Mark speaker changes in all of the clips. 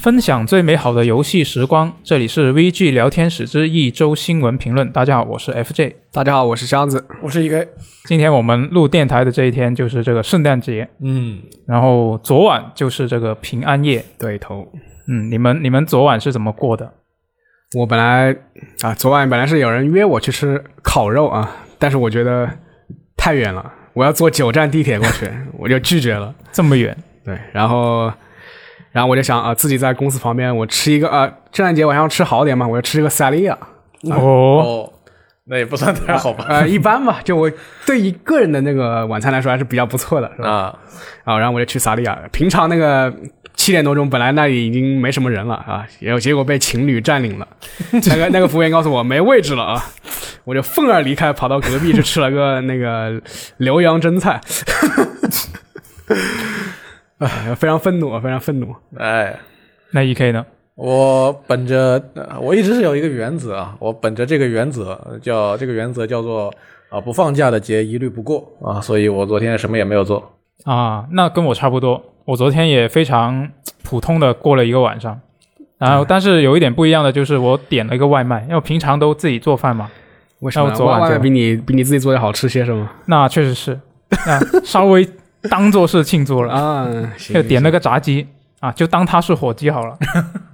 Speaker 1: 分享最美好的游戏时光，这里是 VG 聊天室之一周新闻评论。大家好，我是 FJ。
Speaker 2: 大家好，我是箱子。
Speaker 3: 我是一个
Speaker 1: 今天我们录电台的这一天就是这个圣诞节，
Speaker 2: 嗯，
Speaker 1: 然后昨晚就是这个平安夜。
Speaker 2: 对头。
Speaker 1: 嗯，你们你们昨晚是怎么过的？
Speaker 2: 我本来啊，昨晚本来是有人约我去吃烤肉啊，但是我觉得太远了，我要坐九站地铁过去， 我就拒绝了。
Speaker 1: 这么远，
Speaker 2: 对，然后，然后我就想啊，自己在公司旁边，我吃一个啊，圣诞节晚上吃好点嘛，我要吃一个萨莉亚，
Speaker 1: 哦，
Speaker 3: 哦，那也不算太 好吧？
Speaker 2: 呃，一般吧，就我对于个人的那个晚餐来说还是比较不错的，是吧？
Speaker 3: 啊，
Speaker 2: 啊，然后我就去萨利亚。平常那个七点多钟，本来那里已经没什么人了啊，也有结果被情侣占领了。 那个那个服务员告诉我没位置了啊，我就愤而离开，跑到隔壁去吃了个那个浏阳蒸菜。 哎，非常愤怒，啊，非常愤怒。
Speaker 3: 哎，
Speaker 1: 那 E K 呢？
Speaker 3: 我本着呃我一直是有一个原则啊，我本着这个原则呃叫这个原则叫做啊不放假的节一律不过啊，所以我昨天什么也没有做。
Speaker 1: 啊，那跟我差不多。我昨天也非常普通的过了一个晚上，然后但是有一点不一样的就是我点了一个外卖，因为我平常都自己做饭嘛。
Speaker 2: 为什么
Speaker 1: 那
Speaker 2: 呢
Speaker 1: 我昨啊晚
Speaker 2: 外卖
Speaker 1: 就
Speaker 2: 比你比你自己做的好吃些是吗？
Speaker 1: 那确实是，那稍微当做是庆祝了，
Speaker 2: 啊，
Speaker 1: 就
Speaker 2: 行，
Speaker 1: 点了个炸鸡啊，就当它是火鸡好了，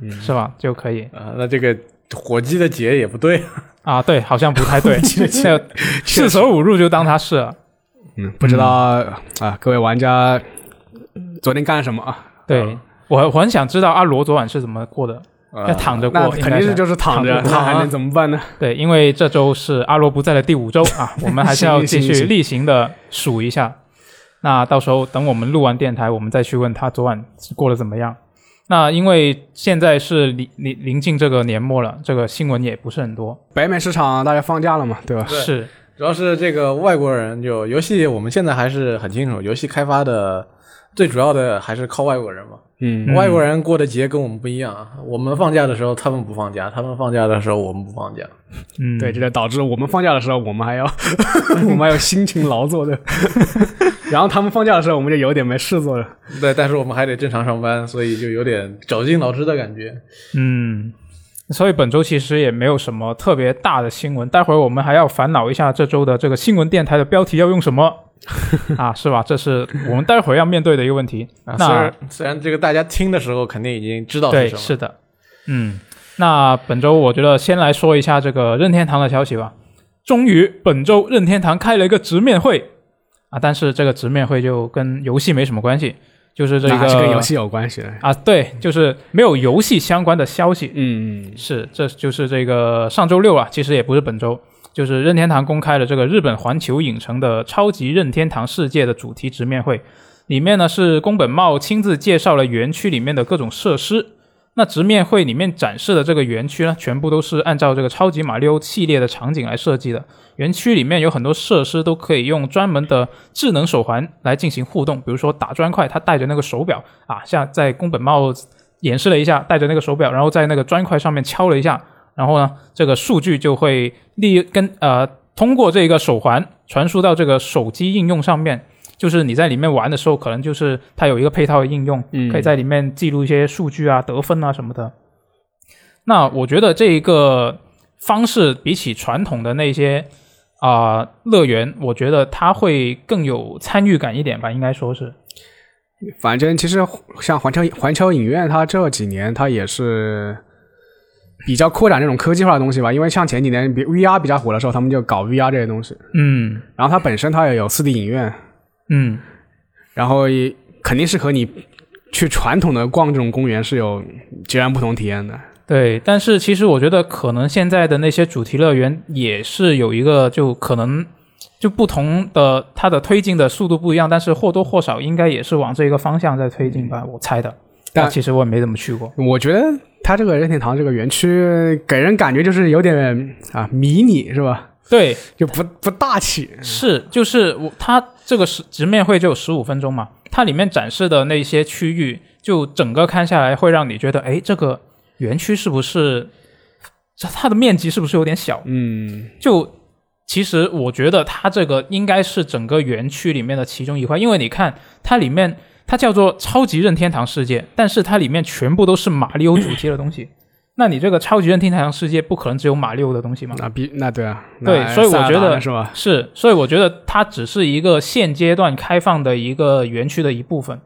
Speaker 2: 嗯
Speaker 1: 是吧？就可以
Speaker 3: 啊，那这个火鸡的节也不对，
Speaker 1: 啊，对，好像不太对，那个四舍五入就当它是了，
Speaker 2: 嗯，不知道啊，各位玩家昨天干了什么啊？
Speaker 1: 对。我我很想知道阿罗昨晚是怎么过的，
Speaker 3: 啊
Speaker 1: 要躺着过，
Speaker 2: 呃那
Speaker 1: 应该
Speaker 2: 肯定是就是躺着，
Speaker 1: 躺着啊
Speaker 2: 那还能怎么办呢？
Speaker 1: 对，因为这周是阿罗不在的第五周啊，我们还 是要继
Speaker 2: 行行
Speaker 1: 续
Speaker 2: 行
Speaker 1: 例行的数一下。那到时候等我们录完电台，我们再去问他昨晚过得怎么样。那因为现在是临临临近这个年末了，这个新闻也不是很多，
Speaker 2: 北美市场大家放假了嘛，对吧？
Speaker 3: 对
Speaker 1: 是
Speaker 3: 主要是这个外国人就游戏，我们现在还是很清楚，游戏开发的最主要的还是靠外国人嘛。
Speaker 2: 嗯
Speaker 3: 外国人过的节跟我们不一样啊，我们放假的时候他们不放假，他们放假的时候我们不放假。
Speaker 1: 嗯，
Speaker 2: 对，这就导致我们放假的时候，我们还要 我们还要辛勤劳作的， 然后他们放假的时候，我们就有点没事做了。
Speaker 3: 对，但是我们还得正常上班，所以就有点绞尽脑汁的感觉。
Speaker 1: 嗯，所以本周其实也没有什么特别大的新闻，待会儿我们还要烦恼一下这周的这个新闻电台的标题要用什么啊，是吧？这是我们待会儿要面对的一个问题。
Speaker 3: 啊、虽
Speaker 1: 那
Speaker 3: 然虽然这个大家听的时候肯定已经知道
Speaker 1: 对，
Speaker 3: 什么，
Speaker 1: 是的，嗯，那本周我觉得先来说一下这个任天堂的消息吧。终于，本周任天堂开了一个直面会啊，但是这个直面会就跟游戏没什么关系，就是这
Speaker 2: 那还
Speaker 1: 个
Speaker 2: 是跟游戏有关系的。
Speaker 1: 啊，对，就是没有游戏相关的消息。
Speaker 2: 嗯，
Speaker 1: 是，这就是这个上周六啊，其实也不是本周，就是任天堂公开了这个日本环球影城的超级任天堂世界的主题直面会，里面呢是宫本茂亲自介绍了园区里面的各种设施。那直面会里面展示的这个园区呢，全部都是按照这个超级马里奥系列的场景来设计的。园区里面有很多设施都可以用专门的智能手环来进行互动，比如说打砖块，它带着那个手表啊，像在宫本茂演示了一下，带着那个手表，然后在那个砖块上面敲了一下，然后呢，这个数据就会利跟呃通过这个手环传输到这个手机应用上面。就是你在里面玩的时候，可能就是它有一个配套的应用，
Speaker 2: 嗯
Speaker 1: 可以在里面记录一些数据啊、得分啊什么的。那我觉得这一个方式比起传统的那些啊、乐园，我觉得它会更有参与感一点吧，应该说是。
Speaker 2: 反正其实像环球环球影院，它这几年它也是比较扩展这种科技化的东西吧，因为像前几年比 VR 比较火的时候，他们就搞 VR 这些东西，
Speaker 1: 嗯
Speaker 2: 然后它本身它也有 4D 影院，
Speaker 1: 嗯，
Speaker 2: 然后也肯定是和你去传统的逛这种公园是有截然不同体验的。
Speaker 1: 对，但是其实我觉得，可能现在的那些主题乐园也是有一个，就可能就不同的它的推进的速度不一样，但是或多或少应该也是往这个方向在推进吧，我猜的。
Speaker 2: 但
Speaker 1: 但其实我也没怎么去过。
Speaker 2: 我觉得它这个任天堂这个园区给人感觉就是有点啊迷你是吧？
Speaker 1: 对，
Speaker 2: 就不不大气。
Speaker 1: 是，就是我它这个是直面会就有十五分钟嘛，它里面展示的那些区域，就整个看下来会让你觉得，哎，这个园区是不是这它的面积是不是有点小？
Speaker 2: 嗯，
Speaker 1: 就其实我觉得它这个应该是整个园区里面的其中一块，因为你看它里面它叫做超级任天堂世界，但是它里面全部都是马里奥主题的东西。那你这个超级任天堂世界不可能只有马里奥的东西嘛？
Speaker 2: 那必那对啊，
Speaker 1: 对
Speaker 2: 那
Speaker 1: 所以我
Speaker 2: 塞尔达
Speaker 1: 觉得
Speaker 2: 呢是吧？
Speaker 1: 是，所以我觉得它只是一个现阶段开放的一个园区的一部分，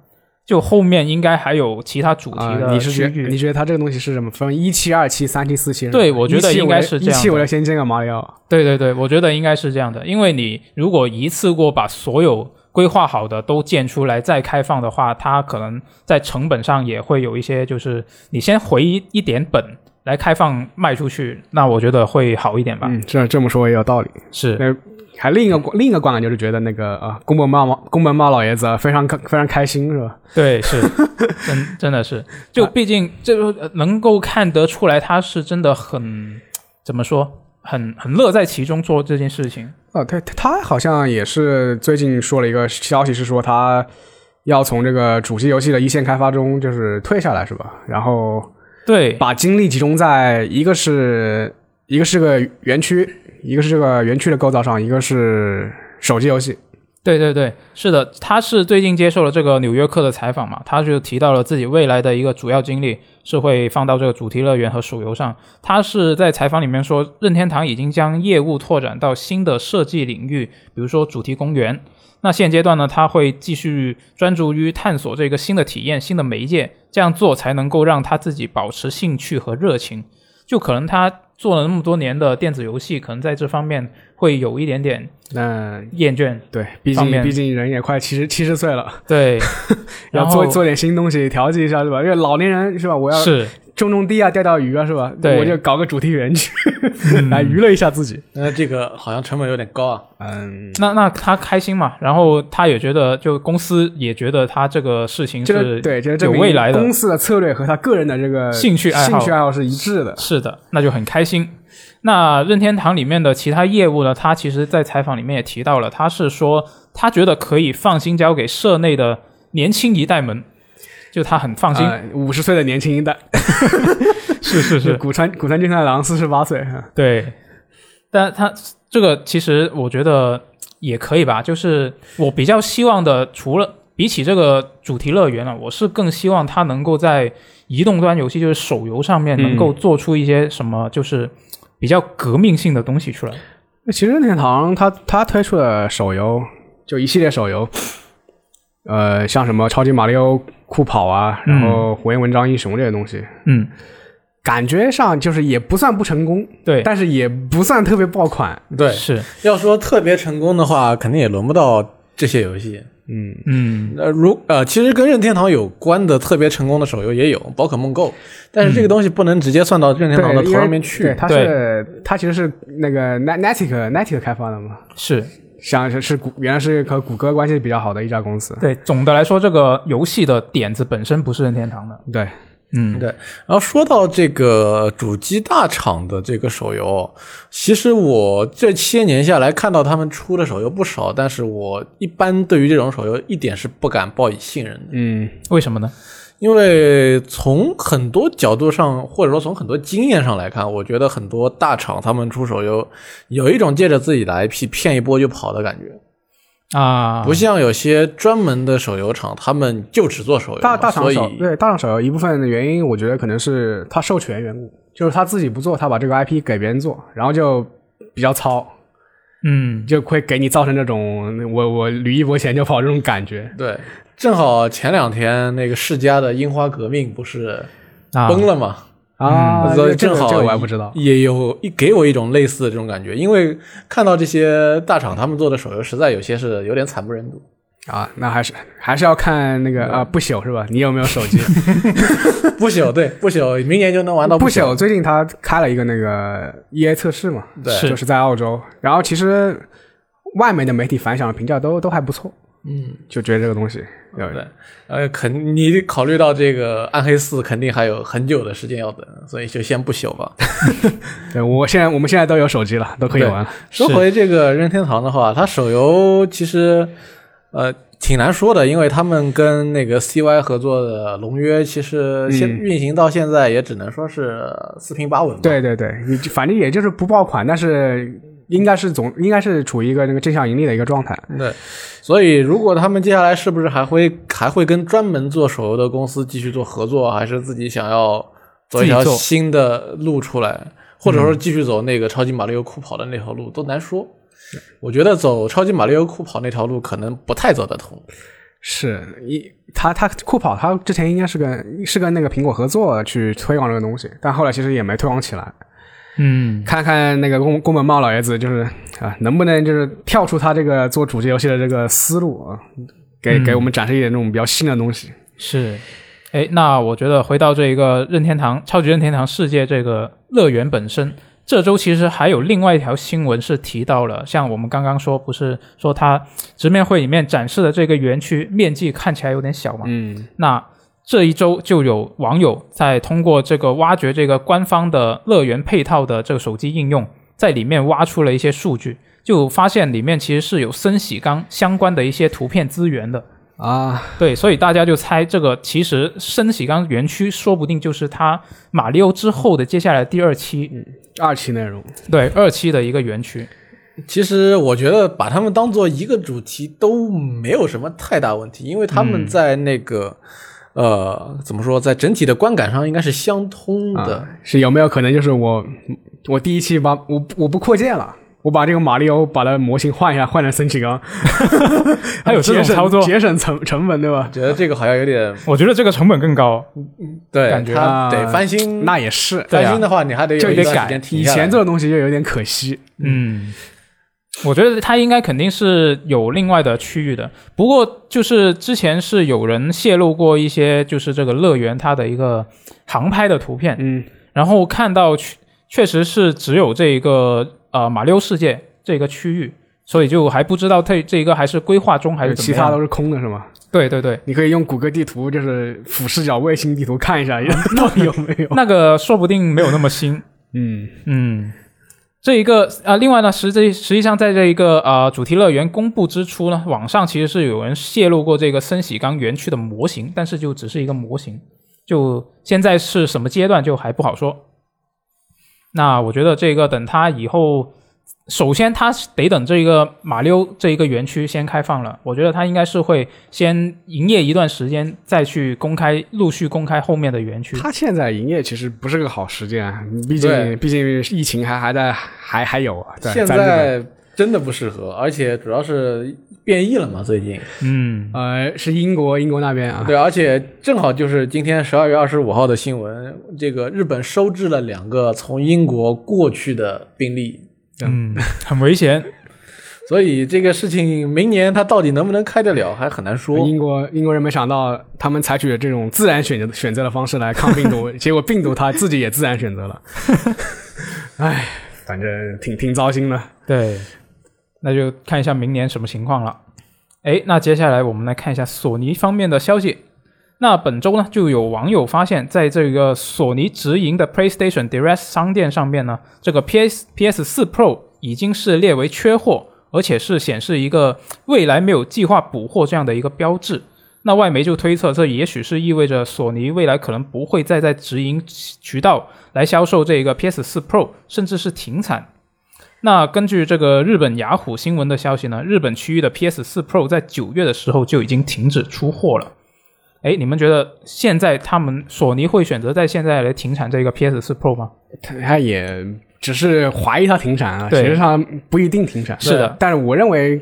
Speaker 1: 就后面应该还有其他主题
Speaker 2: 啊、
Speaker 1: 的
Speaker 2: 你是
Speaker 1: 区
Speaker 2: 觉
Speaker 1: 域。
Speaker 2: 你觉得它这个东西是什么？分一期、二期、三期、四期？
Speaker 1: 对我觉得应该是这
Speaker 2: 一
Speaker 1: 样
Speaker 2: 期我
Speaker 1: 的
Speaker 2: 要先建个马里奥，
Speaker 1: 对对对，我觉得应该是这样的，因为你如果一次过把所有规划好的都建出来再开放的话，它可能在成本上也会有一些，就是你先回一一点本来开放卖出去，那我觉得会好一点吧。
Speaker 2: 嗯，这这么说也有道理。
Speaker 1: 是，
Speaker 2: 那还另一个另一个观感就是觉得那个啊，宫本茂宫本茂老爷子啊非常非常开心是吧？
Speaker 1: 对，是真真的是，就毕竟这个呃能够看得出来，他是真的很怎么说，很很乐在其中做这件事情。
Speaker 2: 啊，他他他好像也是最近说了一个消息，是说他要从这个主机游戏的一线开发中就是退下来是吧？然后
Speaker 1: 对，
Speaker 2: 把精力集中在一个是一个是个园区，一个是这个园区的构造上，一个是手机游戏。
Speaker 1: 对对对，是的，他是最近接受了这个《纽约客》的采访嘛，他就提到了自己未来的一个主要精力是会放到这个主题乐园和手游上。他是在采访里面说，任天堂已经将业务拓展到新的设计领域，比如说主题公园。那现阶段呢，他会继续专注于探索这个新的体验、新的媒介，这样做才能够让他自己保持兴趣和热情。就可能他做了那么多年的电子游戏，可能在这方面会有一点点
Speaker 2: 那
Speaker 1: 厌倦。
Speaker 2: 对，毕
Speaker 1: 方
Speaker 2: 竟
Speaker 1: 便
Speaker 2: 毕竟人也快七十七十岁了，
Speaker 1: 对，
Speaker 2: 要
Speaker 1: 然后
Speaker 2: 做做点新东西调剂一下是吧？因为老年人是吧？我要
Speaker 1: 是
Speaker 2: 种种地啊，钓钓鱼啊是吧？
Speaker 1: 对嗯
Speaker 2: 我就搞个主题园区 来娱乐一下自己。
Speaker 3: 那这个好像成本有点高啊。
Speaker 2: 嗯，
Speaker 1: 那那他开心嘛，然后他也觉得，就公司也觉得他这个事情
Speaker 2: 这
Speaker 1: 是
Speaker 2: 个对，这个
Speaker 1: 有
Speaker 2: 证明
Speaker 1: 未来的，
Speaker 2: 公司的策略和他个人的这个
Speaker 1: 兴趣爱好
Speaker 2: 兴趣爱好是一致的。
Speaker 1: 是的，那就很开心。那任天堂里面的其他业务呢？他其实，在采访里面也提到了，他是说他觉得可以放心交给社内的年轻一代们，就他很放 心。
Speaker 2: 呃五十岁的年轻一代，
Speaker 1: 是是
Speaker 2: 就，古川古川俊太郎四十八岁，嗯
Speaker 1: 对。但他这个其实我觉得也可以吧，就是我比较希望的，除了比起这个主题乐园了、我是更希望它能够在移动端游戏，就是手游上面
Speaker 2: 嗯
Speaker 1: 能够做出一些什么，就是比较革命性的东西出来。
Speaker 2: 那其实任天堂它它推出的手游，就一系列手游，呃，像什么超级马里奥酷跑啊，然后火焰纹章英雄这些东西，
Speaker 1: 嗯，
Speaker 2: 感觉上就是也不算不成功，
Speaker 1: 对，
Speaker 2: 但是也不算特别爆款。
Speaker 3: 对，
Speaker 1: 嗯是，
Speaker 3: 要说特别成功的话，肯定也轮不到这些游戏。
Speaker 2: 嗯，
Speaker 1: 嗯，
Speaker 3: 呃，如呃，其实跟任天堂有关的特别成功的手游也有《宝可梦 Go》，但是
Speaker 1: 嗯
Speaker 3: 这个东西不能直接算到任天堂的
Speaker 2: 对，
Speaker 3: 头
Speaker 2: 因为
Speaker 3: 上面去
Speaker 2: 对，。它是它其实是那个 N- Niantic Niantic 开发的嘛，
Speaker 1: 是
Speaker 2: 像是是谷原来是和谷歌关系比较好的一家公司。
Speaker 1: 对。总的来说，这个游戏的点子本身不是任天堂的。
Speaker 2: 对，
Speaker 1: 嗯，
Speaker 3: 对，然后说到这个主机大厂的这个手游，其实我这些年下来看到他们出的手游不少，但是我一般对于这种手游一点是不敢抱以信任的，
Speaker 2: 嗯，
Speaker 1: 为什么呢？
Speaker 3: 因为从很多角度上，或者说从很多经验上来看，我觉得很多大厂他们出手游，有一种借着自己的 IP 骗一波就跑的感觉，
Speaker 1: 啊，
Speaker 3: 不像有些专门的手游厂，他们就只做手游嘛，
Speaker 2: 大大厂
Speaker 3: 所以
Speaker 2: 手对大厂手游一部分的原因，我觉得可能是他授权缘故，就是他自己不做，他把这个 IP 给别人做，然后就比较糙，
Speaker 1: 嗯，
Speaker 2: 就会给你造成这种我我捋一波钱就跑这种感觉。
Speaker 3: 对，正好前两天那个世嘉的樱花革命不是
Speaker 1: 啊，
Speaker 3: 崩了嘛，
Speaker 2: 啊，
Speaker 3: 嗯所以
Speaker 2: 这
Speaker 3: 正
Speaker 2: 个
Speaker 3: 好
Speaker 2: 这个我还不知道。
Speaker 3: 也有一给我一种类似的这种感觉，因为看到这些大厂他们做的手游，实在有些是有点惨不忍睹。
Speaker 2: 啊，那还是还是要看那个啊不朽是吧？你有没有手机？
Speaker 3: 不朽，对不朽，明年就能玩到
Speaker 2: 不
Speaker 3: 朽。
Speaker 2: 朽最近他开了一个那个 EA 测试嘛，
Speaker 3: 对
Speaker 1: 是
Speaker 2: 就是在澳洲。然后其实外媒的媒体反响评价都都还不错，
Speaker 3: 嗯，
Speaker 2: 就觉得这个东西有
Speaker 3: 对，呃，肯你考虑到这个暗黑四肯定还有很久的时间要等，所以就先不朽吧。
Speaker 2: 对，我现在我们现在都有手机了，都可以
Speaker 3: 对
Speaker 2: 玩了。
Speaker 3: 说回这个任天堂的话，它手游其实呃挺难说的，因为他们跟那个 CY 合作的龙约，其实现
Speaker 2: 嗯
Speaker 3: 运行到现在也只能说是四平八稳吧。
Speaker 2: 对对对，你就反正也就是不爆款，但是应该是总应该是处于一个那个正向盈利的一个状态。
Speaker 3: 对，所以如果他们接下来是不是还会还会跟专门做手游的公司继续做合作，还是自己想要走一条
Speaker 1: 自己做嗯
Speaker 3: 新的路出来，或者说继续走那个超级马里奥酷跑的那条路，都难说。我觉得走超级马里奥酷跑那条路可能不太走得通。
Speaker 2: 是一他他酷跑，他之前应该是跟是跟那个苹果合作去推广这个东西，但后来其实也没推广起来。
Speaker 1: 嗯，
Speaker 2: 看看那个宫宫本茂老爷子，就是啊，能不能就是跳出他这个做主机游戏的这个思路啊，
Speaker 3: 嗯
Speaker 2: 给给我们展示一点这种比较新的东西。
Speaker 1: 是。哎，那我觉得回到这一个任天堂超级任天堂世界这个乐园本身，这周其实还有另外一条新闻是提到了，像我们刚刚说，不是说它直面会里面展示的这个园区面积看起来有点小嘛？
Speaker 2: 嗯，
Speaker 1: 那这一周就有网友在通过这个挖掘这个官方的乐园配套的这个手机应用，在里面挖出了一些数据，就发现里面其实是有森喜刚相关的一些图片资源的。
Speaker 2: 啊，
Speaker 1: 对，所以大家就猜这个其实森喜刚园区说不定就是它马里奥之后的接下来第二期，
Speaker 2: 二期内容
Speaker 1: 对二期的一个园 区。
Speaker 3: 其实我觉得把他们当做一个主题都没有什么太大问题，因为他们
Speaker 2: 嗯
Speaker 3: 在那个、呃怎么说，在整体的观感上应该是相通的。
Speaker 2: 啊，是有没有可能就是我我第一期把我我不扩建了。我把这个马里奥把它模型换一下，换成森启刚，
Speaker 1: 还有这种
Speaker 2: 节省
Speaker 1: 操作
Speaker 2: 节省成成本对吧
Speaker 3: 我？觉得这个好像有点
Speaker 1: 我觉得这个成本更高，
Speaker 2: 嗯
Speaker 3: 对，
Speaker 1: 感觉
Speaker 3: 他得
Speaker 2: 啊
Speaker 3: 翻新。
Speaker 2: 那也是，
Speaker 1: 对
Speaker 3: 翻
Speaker 1: 啊
Speaker 3: 新的话，你还得
Speaker 2: 就
Speaker 3: 有一
Speaker 2: 得
Speaker 3: 段时
Speaker 1: 改
Speaker 3: 间停
Speaker 2: 以
Speaker 3: 下来
Speaker 2: 前这个东西就有点可惜。
Speaker 1: 嗯，我觉得它应该肯定是有另外的区域的。不过就是之前是有人泄露过一些，就是这个乐园它的一个航拍的图片，
Speaker 2: 嗯，
Speaker 1: 然后看到确确实是只有这一个呃马六世界这个区域。所以就还不知道这这一个还是规划中还是怎么
Speaker 2: 其
Speaker 1: 样
Speaker 2: 他都是空的是吗？
Speaker 1: 对对对，
Speaker 2: 你可以用谷歌地图，就是俯视角卫星地图看一下，到底有没 有？
Speaker 1: 那个说不定没有那么新。
Speaker 2: 嗯，
Speaker 1: 嗯，这一个啊、呃另外呢，实际实际上在这一个呃主题乐园公布之初呢，网上其实是有人泄露过这个森喜刚园区的模型，但是就只是一个模型，就现在是什么阶段就还不好说。那我觉得这个等它以后，首先它得等这个马六这一个园区先开放了，我觉得它应该是会先营业一段时间，再去公开陆续公开后面的园区。
Speaker 2: 它现在营业其实不是个好时间啊，毕竟
Speaker 3: 对
Speaker 2: 毕竟疫情还还在还还有啊。对
Speaker 3: 现
Speaker 2: 在日
Speaker 3: 在真的不适合，而且主要是变异了嘛，最近。
Speaker 2: 啊
Speaker 1: 嗯
Speaker 2: 本，呃是英国英国那边啊，
Speaker 3: 对，而且正好就是今天十二月二十五号的新闻，这个日本收治了两个从英国过去的病例，
Speaker 1: 嗯， 很危险。
Speaker 3: 所以这个事情明年它到底能不能开得了还很难说。
Speaker 2: 英国英国人没想到他们采取了这种自然选择选择的方式来抗病 毒，结果病毒它自己也自然选择了。唉，反正挺挺糟心的。
Speaker 1: 对，那就看一下明年什么情况了。哎，那接下来我们来看一下索尼方面的消息。那本周呢，就有网友发现，在这个索尼直营的 PlayStation Direct 商店上面呢，这个 PS PS 四 Pro 已经是列为缺货，而且是显示一个未来没有计划补货这样的一个标志。那外媒就推测，这也许是意味着索尼未来可能不会再在直营渠道来销售这个 PS 四 Pro，甚至是停产。那根据这个日本雅虎新闻的消息呢，日本区域的 PS 4 Pro 在九月的时候就已经停止出货了。哎，你们觉得现在他们索尼会选择在现在来停产这个 PS 4 Pro 吗？
Speaker 2: 他也只是怀疑它停产啊，
Speaker 1: 对
Speaker 2: 其实上不一定停产。
Speaker 1: 是的
Speaker 2: 但是我认为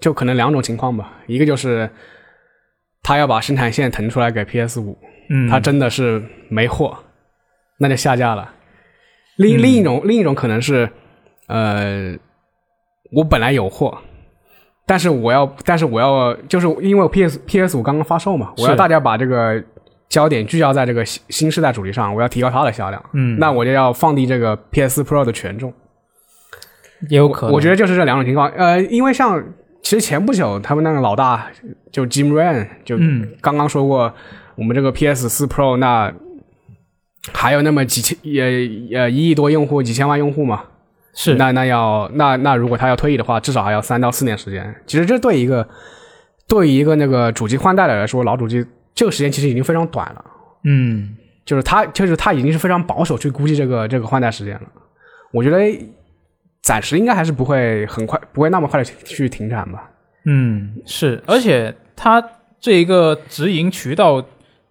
Speaker 2: 就可能两种情况吧，一个就是他要把生产线腾出来给 PS 五，
Speaker 1: 嗯，
Speaker 2: 他真的是没货，那就下架了。
Speaker 1: 嗯
Speaker 2: 另另一种另一种可能是，呃，我本来有货。但是我要，但是我要，就是因为 P S P S 五刚刚发售嘛，我要
Speaker 1: 是
Speaker 2: 大家把这个焦点聚焦在这个新新时代主题上，我要提高它的销量。
Speaker 1: 嗯
Speaker 2: 那我就要放低这个 PS Pro 的权重。
Speaker 1: 也有可能。
Speaker 2: 我觉得就是这两种情况。呃，因为像其实前不久他们那个老大就 Jim Ryan 就
Speaker 1: 嗯
Speaker 2: 刚刚说过，我们这个 PS 四 Pro 那还有那么几千呃呃一亿多用户，几千万用户嘛。
Speaker 1: 是
Speaker 2: 那那要那那如果他要退役的话，至少还要三到四年时间。其实这对一个对于一个那个主机换代的来说，老主机这个时间其实已经非常短了。
Speaker 1: 嗯，
Speaker 2: 就是他就是他已经是非常保守去估计这个这个换代时间了。我觉得暂时应该还是不会很快，不会那么快的去停产吧。
Speaker 1: 嗯，是，而且它这一个直营渠道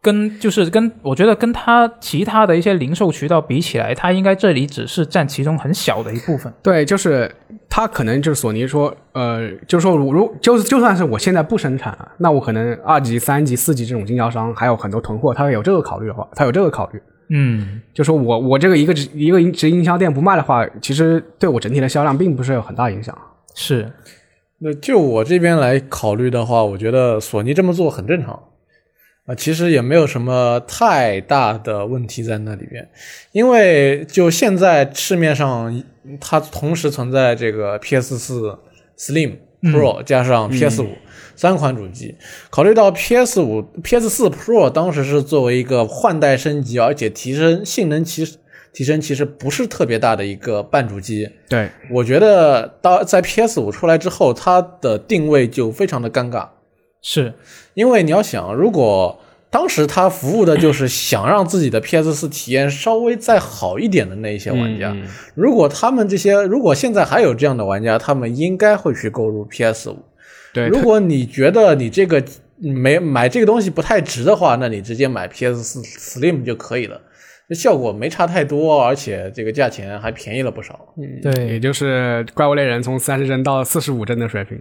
Speaker 1: 跟就是跟我觉得跟它其他的一些零售渠道比起来，它应该这里只是占其中很小的一部分。
Speaker 2: 对，就是他可能就是索尼说，呃，就是说如如就是就算是我现在不生产，那我可能二级、三级、四级这种经销商还有很多囤货，他有这个考虑的话，他有这个考虑，
Speaker 1: 嗯，
Speaker 2: 就说我我这个一个直一个直营销店不卖的话，其实对我整体的销量并不是有很大影响。
Speaker 1: 是，
Speaker 3: 那就我这边来考虑的话，我觉得索尼这么做很正常啊，其实也没有什么太大的问题在那里边，因为就现在市面上它同时存在这个 PS 四 Slim Pro 加上 PS 五、三款主机，考虑到 PS 五、PS 四 Pro 当时是作为一个换代升级，而且提升性能其实提升其实不是特别大的一个半主机，
Speaker 2: 对，
Speaker 3: 我觉得到在 PS 五出来之后，它的定位就非常的尴尬，
Speaker 1: 是，
Speaker 3: 因为你要想，如果当时它服务的就是想让自己的 PS 四体验稍微再好一点的那一些
Speaker 2: 嗯
Speaker 3: 玩家，如果他们这些如果现在还有这样的玩家，他们应该会去购入 PS 五。
Speaker 2: 对，
Speaker 3: 如果你觉得你这个没买这个东西不太值的话，那你直接买 PS 四 Slim 就可以了，这效果没差太多，而且这个价钱还便宜了不少。
Speaker 2: 也
Speaker 1: 对，
Speaker 2: 就是《怪物猎人》从三十帧到四十五帧的水 平。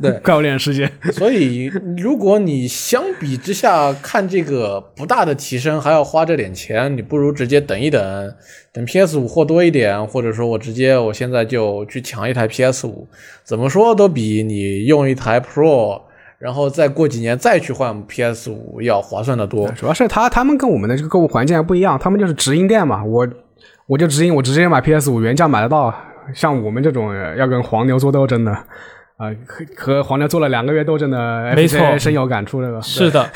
Speaker 3: 对
Speaker 2: 怪物猎人世界，
Speaker 3: 所以，如果你相比之下看这个不大的提升，还要花这点钱，你不如直接等一等，等 PS 五货多一点，或者说我直接我现在就去抢一台 PS 五，怎么说都比你用一台 Pro，然后再过几年再去换 PS 五要划算的多。
Speaker 2: 主要是他他们跟我们的这个购物环境还不一样，他们就是直营店嘛，我我就直营，我直接买 PS 五原价买得到。像我们这种呃要跟黄牛做斗争的，啊、和和黄牛做了两个月斗争的，
Speaker 1: 没错
Speaker 2: FC 深有感触，这个
Speaker 1: 是的，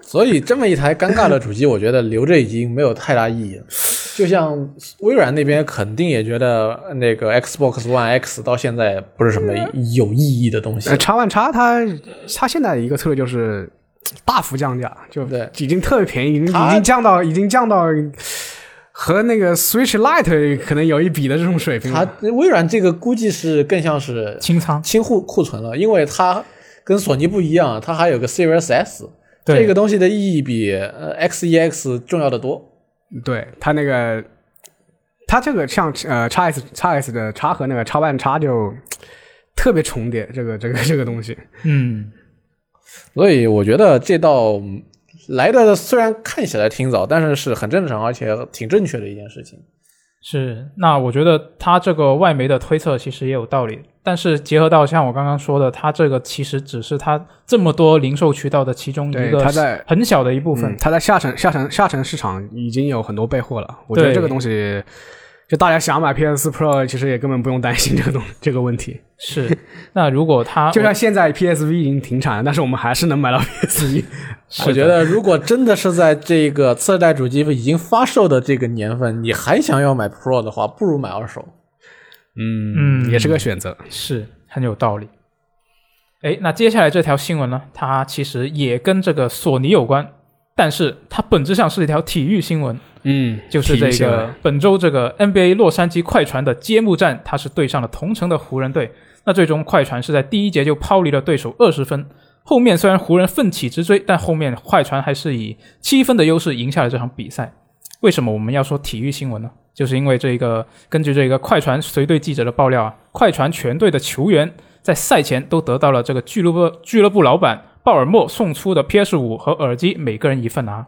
Speaker 3: 所以这么一台尴尬的主机，我觉得留着已经没有太大意义了。就像微软那边肯定也觉得那个 Xbox One X 到现在不是什么有意义的东西
Speaker 2: 呃，，叉万叉它它现在的一个策略就是大幅降价，就
Speaker 3: 对
Speaker 2: 已经特别便宜，已经
Speaker 3: 它
Speaker 2: 已经降到已经降到和那个 Switch Lite 可能有一比的这种水平
Speaker 3: 它
Speaker 2: 了。
Speaker 3: 微软这个估计是更像是
Speaker 1: 清仓，
Speaker 3: 清库库存了，因为它跟索尼不一样，它还有个 Series S，
Speaker 1: 对
Speaker 3: 这个东西的意义比呃 XEX 重要的多。
Speaker 2: 对它那个，它这个像呃 x S x S 的叉和那个叉万叉就特别重叠，这个这个这个东西。
Speaker 1: 嗯，
Speaker 3: 所以我觉得这道来的虽然看起来挺早，但是是很正常而且挺正确的一件事情。
Speaker 1: 是，那我觉得他这个外媒的推测其实也有道理，但是结合到像我刚刚说的，他这个其实只是他这么多零售渠道的其中一
Speaker 2: 对
Speaker 1: 个
Speaker 2: 它在
Speaker 1: 很小的一部分
Speaker 2: 嗯，。它在下沉下沉下沉市场已经有很多备货了，我觉得
Speaker 1: 对
Speaker 2: 这个东西。就大家想买 PS 4 Pro，其实也根本不用担心这个东这个问题。
Speaker 1: 是，那如果他
Speaker 2: 就像现在 PSV 已经停产了，但是我们还是能买到 PSV。
Speaker 3: 我觉得，如果真的是在这个次世代主机已经发售的这个年份，你还想要买 Pro 的话，不如买二手。
Speaker 2: 嗯也是个选择。
Speaker 1: 是很有道理。哎，那接下来这条新闻呢，它其实也跟这个索尼有关，但是它本质上是一条体育新闻，
Speaker 2: 嗯，
Speaker 1: 就是这个本周这个 NBA 洛杉矶快船的揭幕战，它是对上了同城的湖人队。那最终快船是在第一节就抛离了对手二十分，后面虽然湖人奋起直追，但后面快船还是以七分的优势赢下了这场比赛。为什么我们要说体育新闻呢？就是因为这个，根据这个快船随队记者的爆料啊，快船全队的球员在赛前都得到了这个俱乐部俱乐部老板鲍尔默送出的 PS 五和耳机每个人一份啊。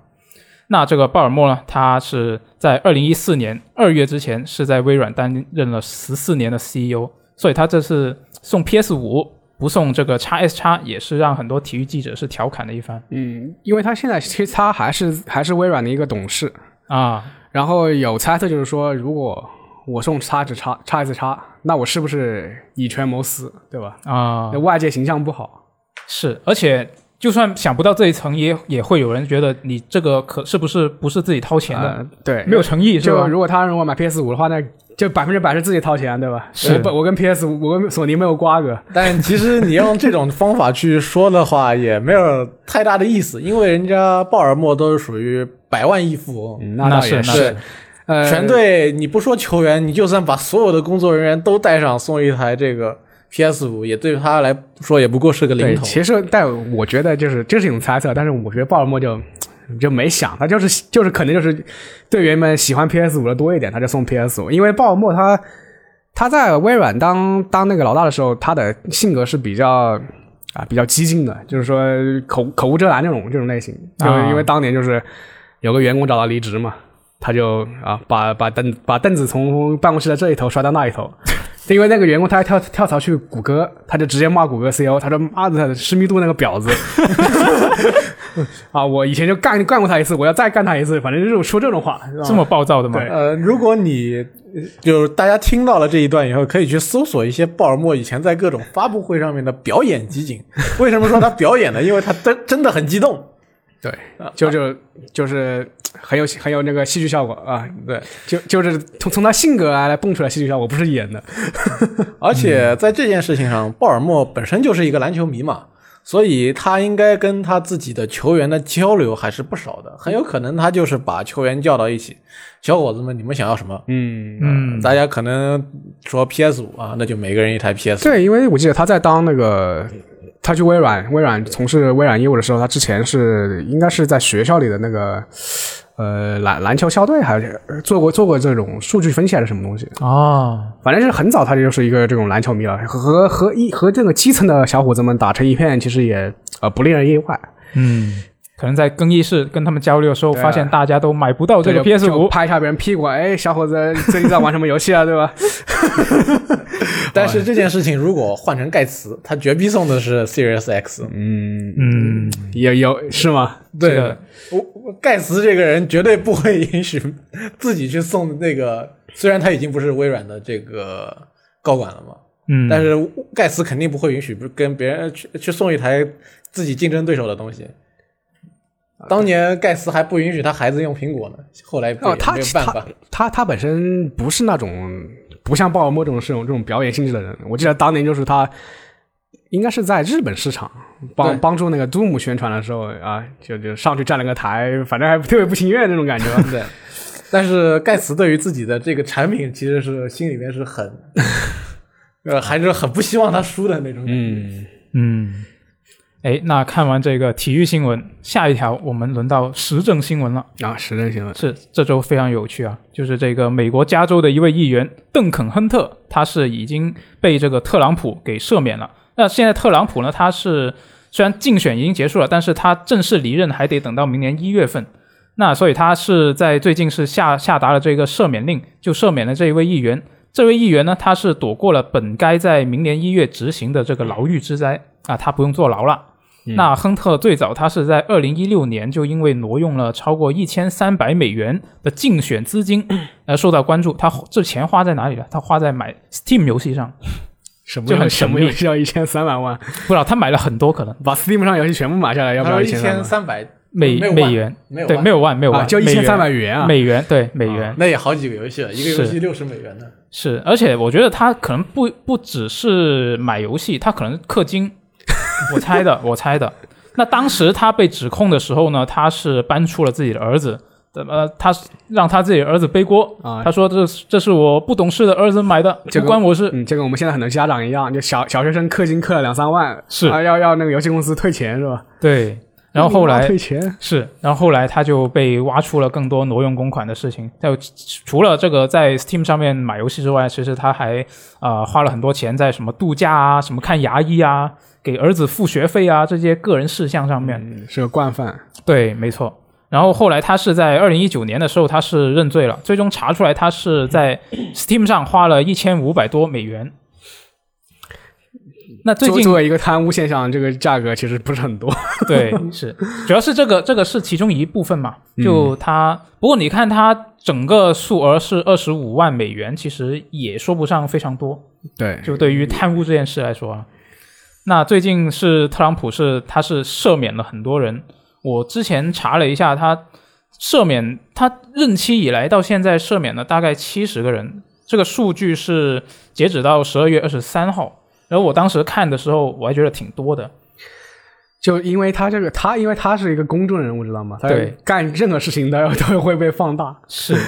Speaker 1: 那这个鲍尔默呢，他是在二零一四年二月之前是在微软担任了十四年的 CEO，所以他这次送 PS 五不送这个 x S x 也是让很多体育记者是调侃了一番
Speaker 2: 嗯，因为他现在其实他还是还是微软的一个董事，
Speaker 1: 啊。
Speaker 2: 然后有猜测就是说，如果我送叉指叉叉 S 叉，那我是不是以权谋私，对吧？
Speaker 1: 啊
Speaker 2: 那，外界形象不好。
Speaker 1: 是，而且就算想不到这一层也，也会有人觉得你这个可是不是不是自己掏钱的，
Speaker 2: 呃，对，
Speaker 1: 没有诚意是
Speaker 2: 就
Speaker 1: 吧？
Speaker 2: 如果他如果买 PS 五的话，那就百分之百是自己掏钱，对吧？呃
Speaker 1: 是
Speaker 2: 我不我跟 PS 五，我跟索尼没有瓜 葛。
Speaker 3: 但其实你用这种方法去说的话，也没有太大的意思，因为人家鲍尔默都是属于百万亿富翁，
Speaker 2: 那倒
Speaker 1: 是
Speaker 2: 也
Speaker 1: 那
Speaker 2: 嗯是，呃，
Speaker 3: 全队你不说球员，你就算把所有的工作人员都带上，送一台这个 PS 五也对他来说也不过是个零
Speaker 2: 对，
Speaker 3: 头。
Speaker 2: 其实但我觉得就是这是一种猜测，但是我觉得鲍尔默就就没想，他就是就是可能就是队员们喜欢 PS 五的多一点，他就送 PS 五，因为鲍尔默他他在微软当当那个老大的时候，他的性格是比较啊比较激进的，就是说口口无遮拦这种这种类型，就是
Speaker 1: 啊
Speaker 2: 因为当年就是有个员工找他离职嘛。他就啊，把把凳把凳子从办公室的这一头摔到那一头，因为那个员工他跳跳槽去谷歌，他就直接骂谷歌 CEO，他说妈的施密度那个婊子， 啊，我以前就干干过他一次，我要再干他一次，反正就是说这种话，是吧
Speaker 1: 这么暴躁的吗？
Speaker 2: 对
Speaker 3: 呃，如果你呃就是大家听到了这一段以后，可以去搜索一些鲍尔默以前在各种发布会上面的表演 集锦。为什么说他表演呢？因为他真真的很激动。
Speaker 2: 对，就就就是很有很有那个戏剧效果啊，
Speaker 3: 对，
Speaker 2: 就就是从从他性格来蹦出来戏剧效果，不是演的，
Speaker 3: 而且在这件事情上，鲍尔默本身就是一个篮球迷嘛，所以他应该跟他自己的球员的交流还是不少的。很有可能他就是把球员叫到一起，小伙子们，你们想要什么？
Speaker 2: 嗯，
Speaker 1: 嗯，
Speaker 3: 大家可能说 PS 五啊，那就每个人一台 PS 五。
Speaker 2: 对，因为我记得他在当那个。他去微软，微软从事微软业务的时候，他之前是应该是在学校里的那个，呃，篮篮球校队，还是呃做过做过这种数据分析还是什么东西。
Speaker 1: 哦，
Speaker 2: 反正是很早他就是一个这种篮球迷了，和和和一和这个基层的小伙子们打成一片，其实也呃不令人意外。
Speaker 1: 嗯，可能在更衣室跟他们交流的时候，
Speaker 2: 对啊
Speaker 1: 发现大家都买不到这个
Speaker 2: 就
Speaker 1: PS
Speaker 2: 就
Speaker 1: 五，
Speaker 2: 拍一下别人屁股，哎，小伙子最近在玩什么游戏啊？对 吧？
Speaker 3: 啊但是这件事情如果换成盖茨，他绝逼送的是 Series X。
Speaker 2: 嗯，
Speaker 1: 嗯，
Speaker 2: 有有是吗？
Speaker 3: 对
Speaker 1: 这个
Speaker 3: 的，我我盖茨这个人绝对不会允许自己去送那个，虽然他已经不是微软的这个高管了嘛，
Speaker 1: 嗯，
Speaker 3: 但是盖茨肯定不会允许不跟别人去去送一台自己竞争对手的东西。
Speaker 2: 啊
Speaker 3: 当年盖茨还不允许他孩子用苹果呢，后来不也
Speaker 2: 哦，他
Speaker 3: 没有
Speaker 2: 他
Speaker 3: 办法。
Speaker 2: 他他本身不是那种不像鲍尔默这种这种这种表演性质的人。我记得当年就是他，应该是在日本市场帮
Speaker 3: 对
Speaker 2: 帮助那个 Doom 宣传的时候啊，就就上去站了个台，反正还特别不情愿那种感觉。
Speaker 3: 对，但是盖茨对于自己的这个产品其实是心里面 是很，呃，还是很不希望他输的那种感 觉。
Speaker 2: 嗯。
Speaker 1: 嗯，哎，那看完这个体育新闻，下一条我们轮到时政新闻了。
Speaker 2: 啊，时政新闻，
Speaker 1: 是这周非常有趣啊，就是这个美国加州的一位议员邓肯·亨特，他是已经被这个特朗普给赦免了。那现在特朗普呢，他是虽然竞选已经结束了，但是他正式离任还得等到明年一月份。那所以他是在最近是下下达了这个赦免令，就赦免了这一位议员。这位议员呢，他是躲过了本该在明年一月执行的这个牢狱之灾啊，他不用坐牢了。那亨特最早他是在二零一六年就因为挪用了超过一千三百美元的竞选资金而受到关注。他这钱花在哪里了？他花在买 Steam 游戏上，
Speaker 2: 什么
Speaker 1: 就很
Speaker 2: 什么
Speaker 1: 神秘
Speaker 2: 游戏要一千三百万？
Speaker 1: 不知道他买了很多，可能
Speaker 2: 把 Steam 上游戏全部买下来，要不
Speaker 3: 他
Speaker 2: 要
Speaker 3: 说
Speaker 2: 一
Speaker 3: 一
Speaker 2: 千三
Speaker 3: 千
Speaker 2: 百？
Speaker 3: 三百
Speaker 1: 美
Speaker 3: 没有
Speaker 1: 美
Speaker 3: 万
Speaker 1: 元
Speaker 3: 没有
Speaker 1: 对
Speaker 3: 万
Speaker 1: 没有万没有
Speaker 2: 啊，
Speaker 1: 万，
Speaker 2: 就一
Speaker 1: 美
Speaker 2: 千
Speaker 1: 元
Speaker 2: 三百元啊！
Speaker 1: 美元对美元。
Speaker 3: 那也好几个游戏了，一个游
Speaker 1: 是
Speaker 3: 戏六十美元呢。
Speaker 1: 是，而且我觉得他可能不不只是买游戏，他可能氪金，我猜的，我猜的。那当时他被指控的时候呢，他是搬出了自己的儿子，呃，他是让他自己的儿子背锅，
Speaker 2: 啊
Speaker 1: 他说这是这是我不懂事的儿子买的，
Speaker 2: 这
Speaker 1: 不
Speaker 2: 个
Speaker 1: 关我事。
Speaker 2: 嗯，就跟我们现在很多家长一样，就小小学生氪金氪了两三万，
Speaker 1: 是
Speaker 2: 啊，要要那个游戏公司退钱是吧？
Speaker 1: 对，然后后
Speaker 2: 你妈
Speaker 1: 来
Speaker 2: 退钱，
Speaker 1: 是，然后后来他就被挖出了更多挪用公款的事情。就除了这个在 Steam 上面买游戏之外，其实他还呃花了很多钱在什么度假啊、什么看牙医啊、给儿子付学费啊这些个人事项上面。
Speaker 2: 嗯，是个惯犯。
Speaker 1: 对，没错。然后后来他是在二零一九年的时候，他是认罪了，最终查出来他是在 Steam 上花了一千五百多美元。那最
Speaker 2: 作
Speaker 1: 近
Speaker 2: 作为一个贪污现象，这个价格其实不是很多。
Speaker 1: 对，是，主要是这个这个是其中一部分嘛。就它，不过你看它整个数额是二十五万美元，其实也说不上非常多。
Speaker 2: 对，
Speaker 1: 就 对于贪污这件事来说啊，那最近是特朗普是他是赦免了很多人。我之前查了一下，他赦免他任期以来到现在赦免了大概七十个人，这个数据是截止到十二月二十三号。然后我当时看的时候，我还觉得挺多的。
Speaker 2: 就因为他这个，他因为他是一个公众人物，知道吗？他
Speaker 1: 对啊
Speaker 2: 干任何事情都要都会被放大。
Speaker 1: 是，
Speaker 2: 就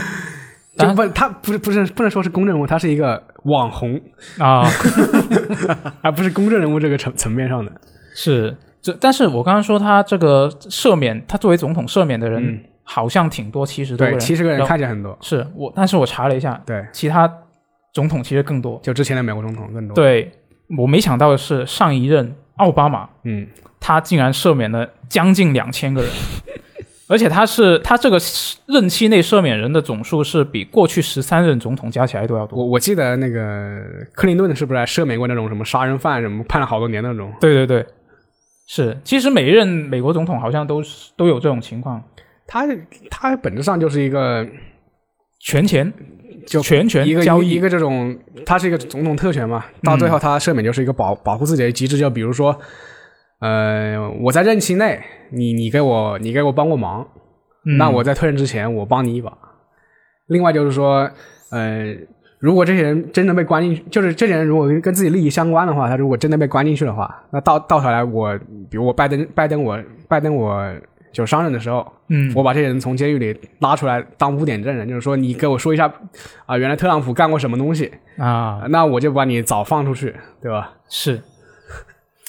Speaker 1: 当
Speaker 2: 不，他不是不是不能说是公众人物，他是一个网 红，
Speaker 1: 啊，
Speaker 2: 而不是公众人物这个层层面上的。
Speaker 1: 是这，但是我刚刚说他这个赦免，他作为总统赦免的人好像挺多，七十多个
Speaker 2: 嗯对，
Speaker 1: 人，
Speaker 2: 七十个人
Speaker 1: 然后
Speaker 2: 看起来很多。
Speaker 1: 是我，但是我查了一下，
Speaker 2: 对，
Speaker 1: 其他总统其实更多。
Speaker 2: 就之前的美国总统更多。，
Speaker 1: 对我没想到的是，上一任奥巴马
Speaker 2: 嗯，
Speaker 1: 他竟然赦免了将近两千个人， 而且他是他这个任期内赦免人的总数是比过去十三任总统加起来都要多
Speaker 2: 我。我记得那个克林顿是不是还赦免过那种什么杀人犯什么判了好多年那种？
Speaker 1: 对对对，是，其实每一任美国总统好像都是都有这种情况，
Speaker 2: 他他本质上就是一个
Speaker 1: 权钱
Speaker 2: 就
Speaker 1: 全权
Speaker 2: 一个
Speaker 1: 交
Speaker 2: 一
Speaker 1: 易，嗯
Speaker 2: 个这种，他是一个总统特权嘛，到最后他赦免就是一个保保护自己的机制，就比如说，呃，我在任期内，你你给我你给我帮过忙，
Speaker 1: 嗯
Speaker 2: 那我在退任之前我帮你一把。另外就是说，呃，如果这些人真的被关进去，就是这些人如果跟跟自己利益相关的话，他如果真的被关进去的话，那到到头来我，比如我拜登拜登我拜登我就上任的时候，
Speaker 1: 嗯
Speaker 2: 我把这些人从监狱里拉出来当污点证人，就是说你给我说一下啊、原来特朗普干过什么东西，
Speaker 1: 啊
Speaker 2: 啊那我就把你早放出去，对吧？
Speaker 1: 是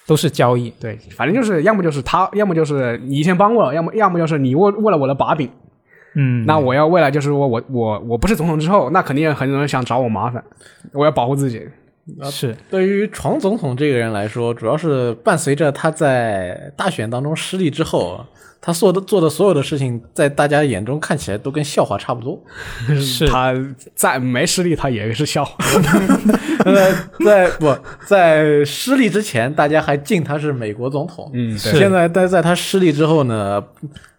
Speaker 1: 都是交易，
Speaker 2: 对，反正就是要么就是他，要么就是你以前帮我，要么要么就是你握握了我的把柄，
Speaker 1: 嗯，
Speaker 2: 那我要未来就是我我我我不是总统之后，那肯定有很多人想找我麻烦，我要保护自己。
Speaker 1: 是
Speaker 3: 对于床总统这个人来说，主要是伴随着他在大选当中失利之后，他做的做的所有的事情，在大家眼中看起来都跟笑话差不 多。
Speaker 1: 是
Speaker 2: 他再没实力，他也是笑话。
Speaker 3: 呃，在不在失利之前，大家还敬他是美国总统。
Speaker 2: 嗯，
Speaker 1: 是
Speaker 3: 现在但在他失利之后呢，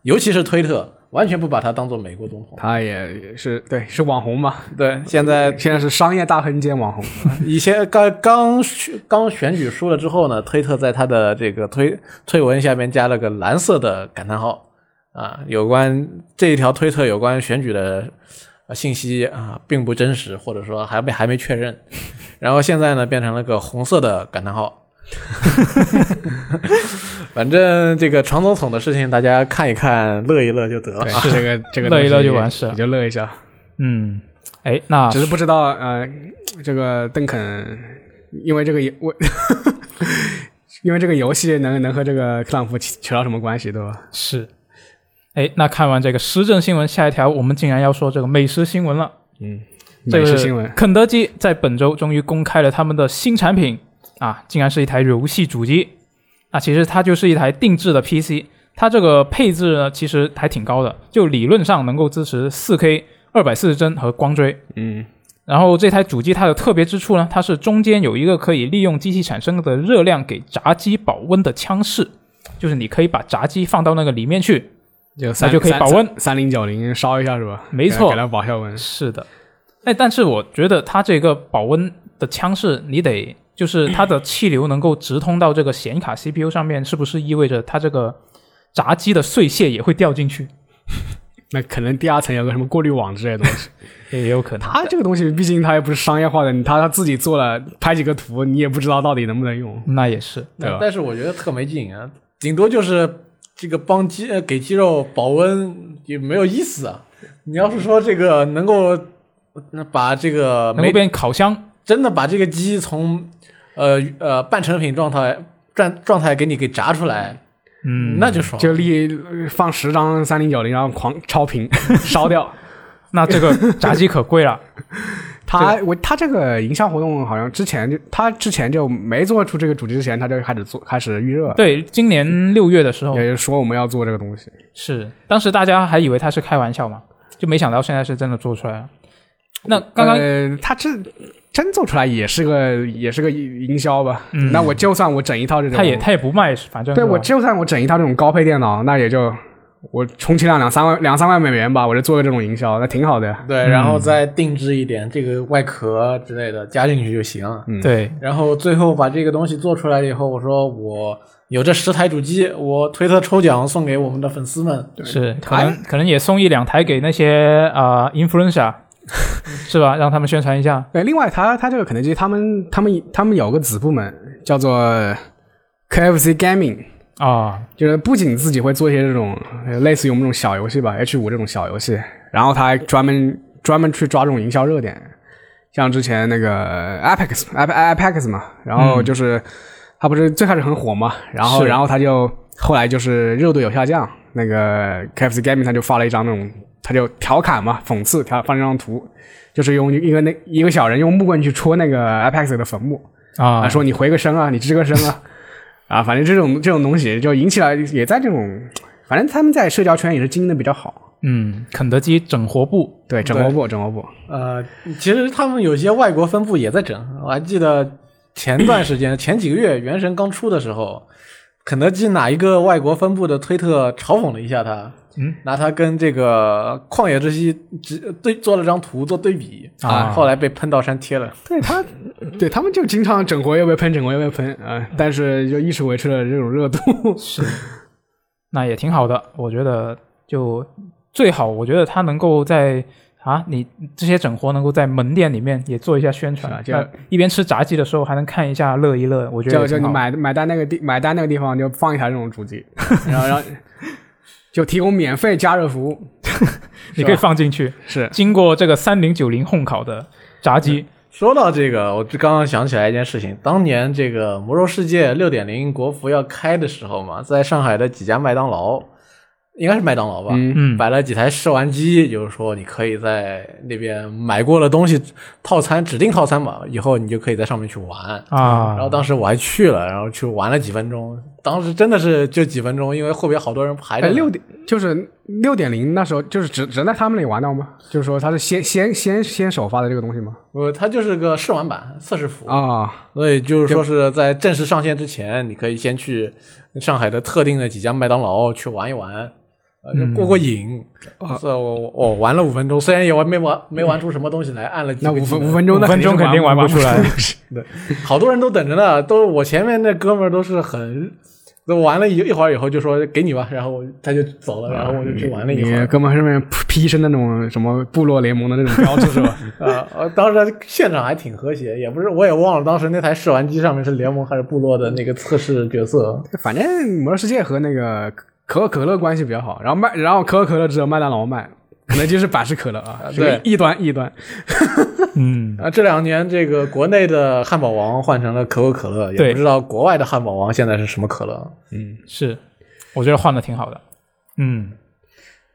Speaker 3: 尤其是推特，完全不把他当做美国总统。
Speaker 2: 他也是对，是网红嘛？
Speaker 3: 对，现在
Speaker 2: 现在是商业大亨兼网 红。
Speaker 3: 以前刚刚选刚选举输了之后呢，推特在他的这个推推文下面加了个蓝色的感叹号啊，有关这一条推特有关选举的呃信息啊，并不真实，或者说还没还没确认。然后现在呢，变成了个红色的感叹号。 反正这个常总统的事情，大家看一看，乐一乐就得了
Speaker 2: 对
Speaker 3: 啊。，
Speaker 2: 这个这个
Speaker 1: 乐一乐
Speaker 2: 东西
Speaker 1: 就完事了
Speaker 2: 你就乐一下。
Speaker 1: 嗯，哎，那
Speaker 2: 只是不知道呃，这个邓肯因为这个游我。 因为这个游戏能能和这个特朗普起扯到什么关系，对吧？
Speaker 1: 是哎，那看完这个时政新闻，下一条我们竟然要说这个美食新闻了。
Speaker 2: 美食新闻
Speaker 1: 这，个肯德基在本周终于公开了他们的新产品啊，竟然是一台游戏主机啊，其实它就是一台定制的 PC，它这个配置呢其实还挺高的，就理论上能够支持 4K 二百四十帧和光追。
Speaker 2: 嗯，
Speaker 1: 然后这台主机它的特别之处呢，它是中间有一个可以利用机器产生的热量给炸鸡保温的枪式，就是你可以把炸鸡放到那个里面去。
Speaker 2: 就三
Speaker 1: 那就可以保温
Speaker 2: 三零九零烧一下是吧？
Speaker 1: 没错
Speaker 2: 给它给它保下温。
Speaker 1: 是的，哎，但是我觉得它这个保温的枪式，你得就是它的气流能够直通到这个显卡 CPU 上面，是不是意味着它这个炸鸡的碎屑也会掉进去？
Speaker 2: 那可能第二层有个什么过滤网之类的 东西。
Speaker 1: 也有可能。
Speaker 2: 它这个东西毕竟它又不是商业化的，它它自己做了拍几个图，你也不知道到底能不能用。
Speaker 1: 那也是，
Speaker 2: 对吧
Speaker 3: 但是我觉得特没劲啊，顶多就是这个帮肌呃给肌肉保温也没有意思啊。你要是说这个能够呃把这个
Speaker 1: 能够
Speaker 3: 没
Speaker 1: 变烤箱，
Speaker 3: 真的把这个鸡从呃呃半成品状态状状态给你给炸出来，
Speaker 1: 嗯，
Speaker 3: 那就爽。
Speaker 2: 就立放十张三零九零，然后狂超频 烧掉。
Speaker 1: 那这个炸鸡可贵了。
Speaker 2: 它我它这个营销活动好像之前就它之前就没做出这个主机之前，它就开始做开始预热，
Speaker 1: 对，哦今年六月的时候
Speaker 2: 也就是说我们要做这个东西。
Speaker 1: 是，当时大家还以为他是开玩笑嘛，就没想到现在是真的做出来了。那刚刚、
Speaker 2: 呃，它这真做出来也是个也是个营销吧？
Speaker 1: 嗯
Speaker 2: 那我就算我整一套这种，
Speaker 1: 他也他也不卖，反正
Speaker 2: 对
Speaker 1: 吧
Speaker 2: 我就算我整一套这种高配电脑，那也就我充其量两三万两三万美元吧，我就做个这种营销，那挺好的呀。
Speaker 3: 对，然
Speaker 1: 嗯
Speaker 3: 后再定制一点这个外壳之类的加进去就行了。
Speaker 1: 对
Speaker 3: 然后最后把这个东西做出来以后，我说我有这十台主机，我推特抽奖送给我们的粉丝们。
Speaker 1: 是可能可能也送一两台给那些啊、呃 influencer 是吧，让他们宣传一下。
Speaker 2: 呃对，另外它它这个肯德基，他们他们他们有个子部门叫做 KFC Gaming，
Speaker 1: 啊、
Speaker 2: 就是不仅自己会做一些这种呃类似于我们这种小游戏吧，H 五这种小游戏，然后他还专门专门去抓这种营销热点。像之前那个 Apex Ape- Apex 嘛，然后就是它不是最开始很火嘛，然后
Speaker 1: 是
Speaker 2: 然后它就后来就是热度有下降，那个 KFC Gaming 他就发了一张那种，他就调侃嘛，讽刺调放了一张图，就是用一个那一个小人用木棍去戳那个 Apex 的坟墓，
Speaker 1: 啊
Speaker 2: 啊，，说你回个声啊，你吱个声啊，啊，反正这种这种东西就引起了，也在这种，反正他们在社交圈也是经营的比较好，
Speaker 1: 嗯，肯德基整活部
Speaker 2: 对，整活部，整活部，
Speaker 3: 呃，其实他们有些外国分部也在整，我还记得前段时间前几个月《原神》刚出的时候，肯德基哪一个外国分部的推特嘲讽了一下他，
Speaker 1: 嗯，
Speaker 3: 拿他跟这个《旷野之息》直对做了张图做对比
Speaker 1: 啊
Speaker 3: 后来被喷到删帖了。
Speaker 2: 对他，对他们就经常整活又被喷，整活又被喷啊，但是就一直维持了这种热度，
Speaker 1: 是，那也挺好的，我觉得就最好，我觉得他能够在。啊，你这些整活能够在门店里面也做一下宣传，
Speaker 2: 是啊
Speaker 1: 那
Speaker 2: 就
Speaker 1: 一边吃炸鸡的时候还能看一下乐一乐，我觉得
Speaker 2: 就
Speaker 1: 也
Speaker 2: 就
Speaker 1: 挺
Speaker 2: 你
Speaker 1: 好
Speaker 2: 买买单那个地买单那个地方就放一台这种主 机，然后然后就提供免费加热服务，
Speaker 1: 你可以放进去。
Speaker 2: 是
Speaker 1: 经过这个三零九零烘烤的炸鸡，
Speaker 3: 说到这个，我就刚刚想起来一件事情，当年这个《魔兽世界》六点零国服要开的时候嘛，在上海的几家麦当劳，应该是麦当劳吧，
Speaker 2: 嗯
Speaker 1: 嗯，
Speaker 3: 摆了几台试玩机，就是说你可以在那边买过了东西套餐指定套餐嘛，以后你就可以在上面去玩。
Speaker 1: 啊，
Speaker 3: 然后当时我还去了，然后去玩了几分钟，当时真的是就几分钟，因为后边好多人排着
Speaker 2: 哎，
Speaker 3: 呢。
Speaker 2: 六点就是六点零那时候就是只只能在他们那里玩到吗？就是说他是先先先先首发的这个东西吗？
Speaker 3: 呃，它就是个试玩版测试服，
Speaker 2: 啊，
Speaker 3: 所以就是说是在正式上线之前，你可以先去上海的特定的几家麦当劳去玩一玩，呃，就过过瘾。
Speaker 2: 嗯啊
Speaker 3: 所以我我我玩了五分钟，虽然也玩没玩 没玩出什么东西来，按了几
Speaker 2: 那
Speaker 3: 个
Speaker 2: 五分
Speaker 3: 技能
Speaker 2: 五分钟，
Speaker 1: 五分钟肯定玩不出来。
Speaker 3: 好多人都等着呢，都我前面那哥们儿都是很， 都玩了一一会儿以后就说给你吧，然后他就走了，然后我就去玩了一会
Speaker 2: 啊你
Speaker 3: 儿。
Speaker 2: 哥们上面披身那种什么部落联盟的那种标志是吧？
Speaker 3: 啊、呃，当时现场还挺和谐，也不是，我也忘了当时那台试玩机上面是联盟还是部落的那个测试角色。
Speaker 2: 反正《魔兽世界》和那个可口可乐关系比较好，然后麦，然后可口可乐只有麦当劳卖，可能就是百事可乐 啊，这个
Speaker 3: 对
Speaker 2: 异端异端。
Speaker 1: 嗯，
Speaker 3: 啊，这两年这个国内的汉堡王换成了可口可乐，
Speaker 1: 对
Speaker 3: 也不知道国外的汉堡王现在是什么可乐。
Speaker 1: 是，我觉得换的挺好的。嗯，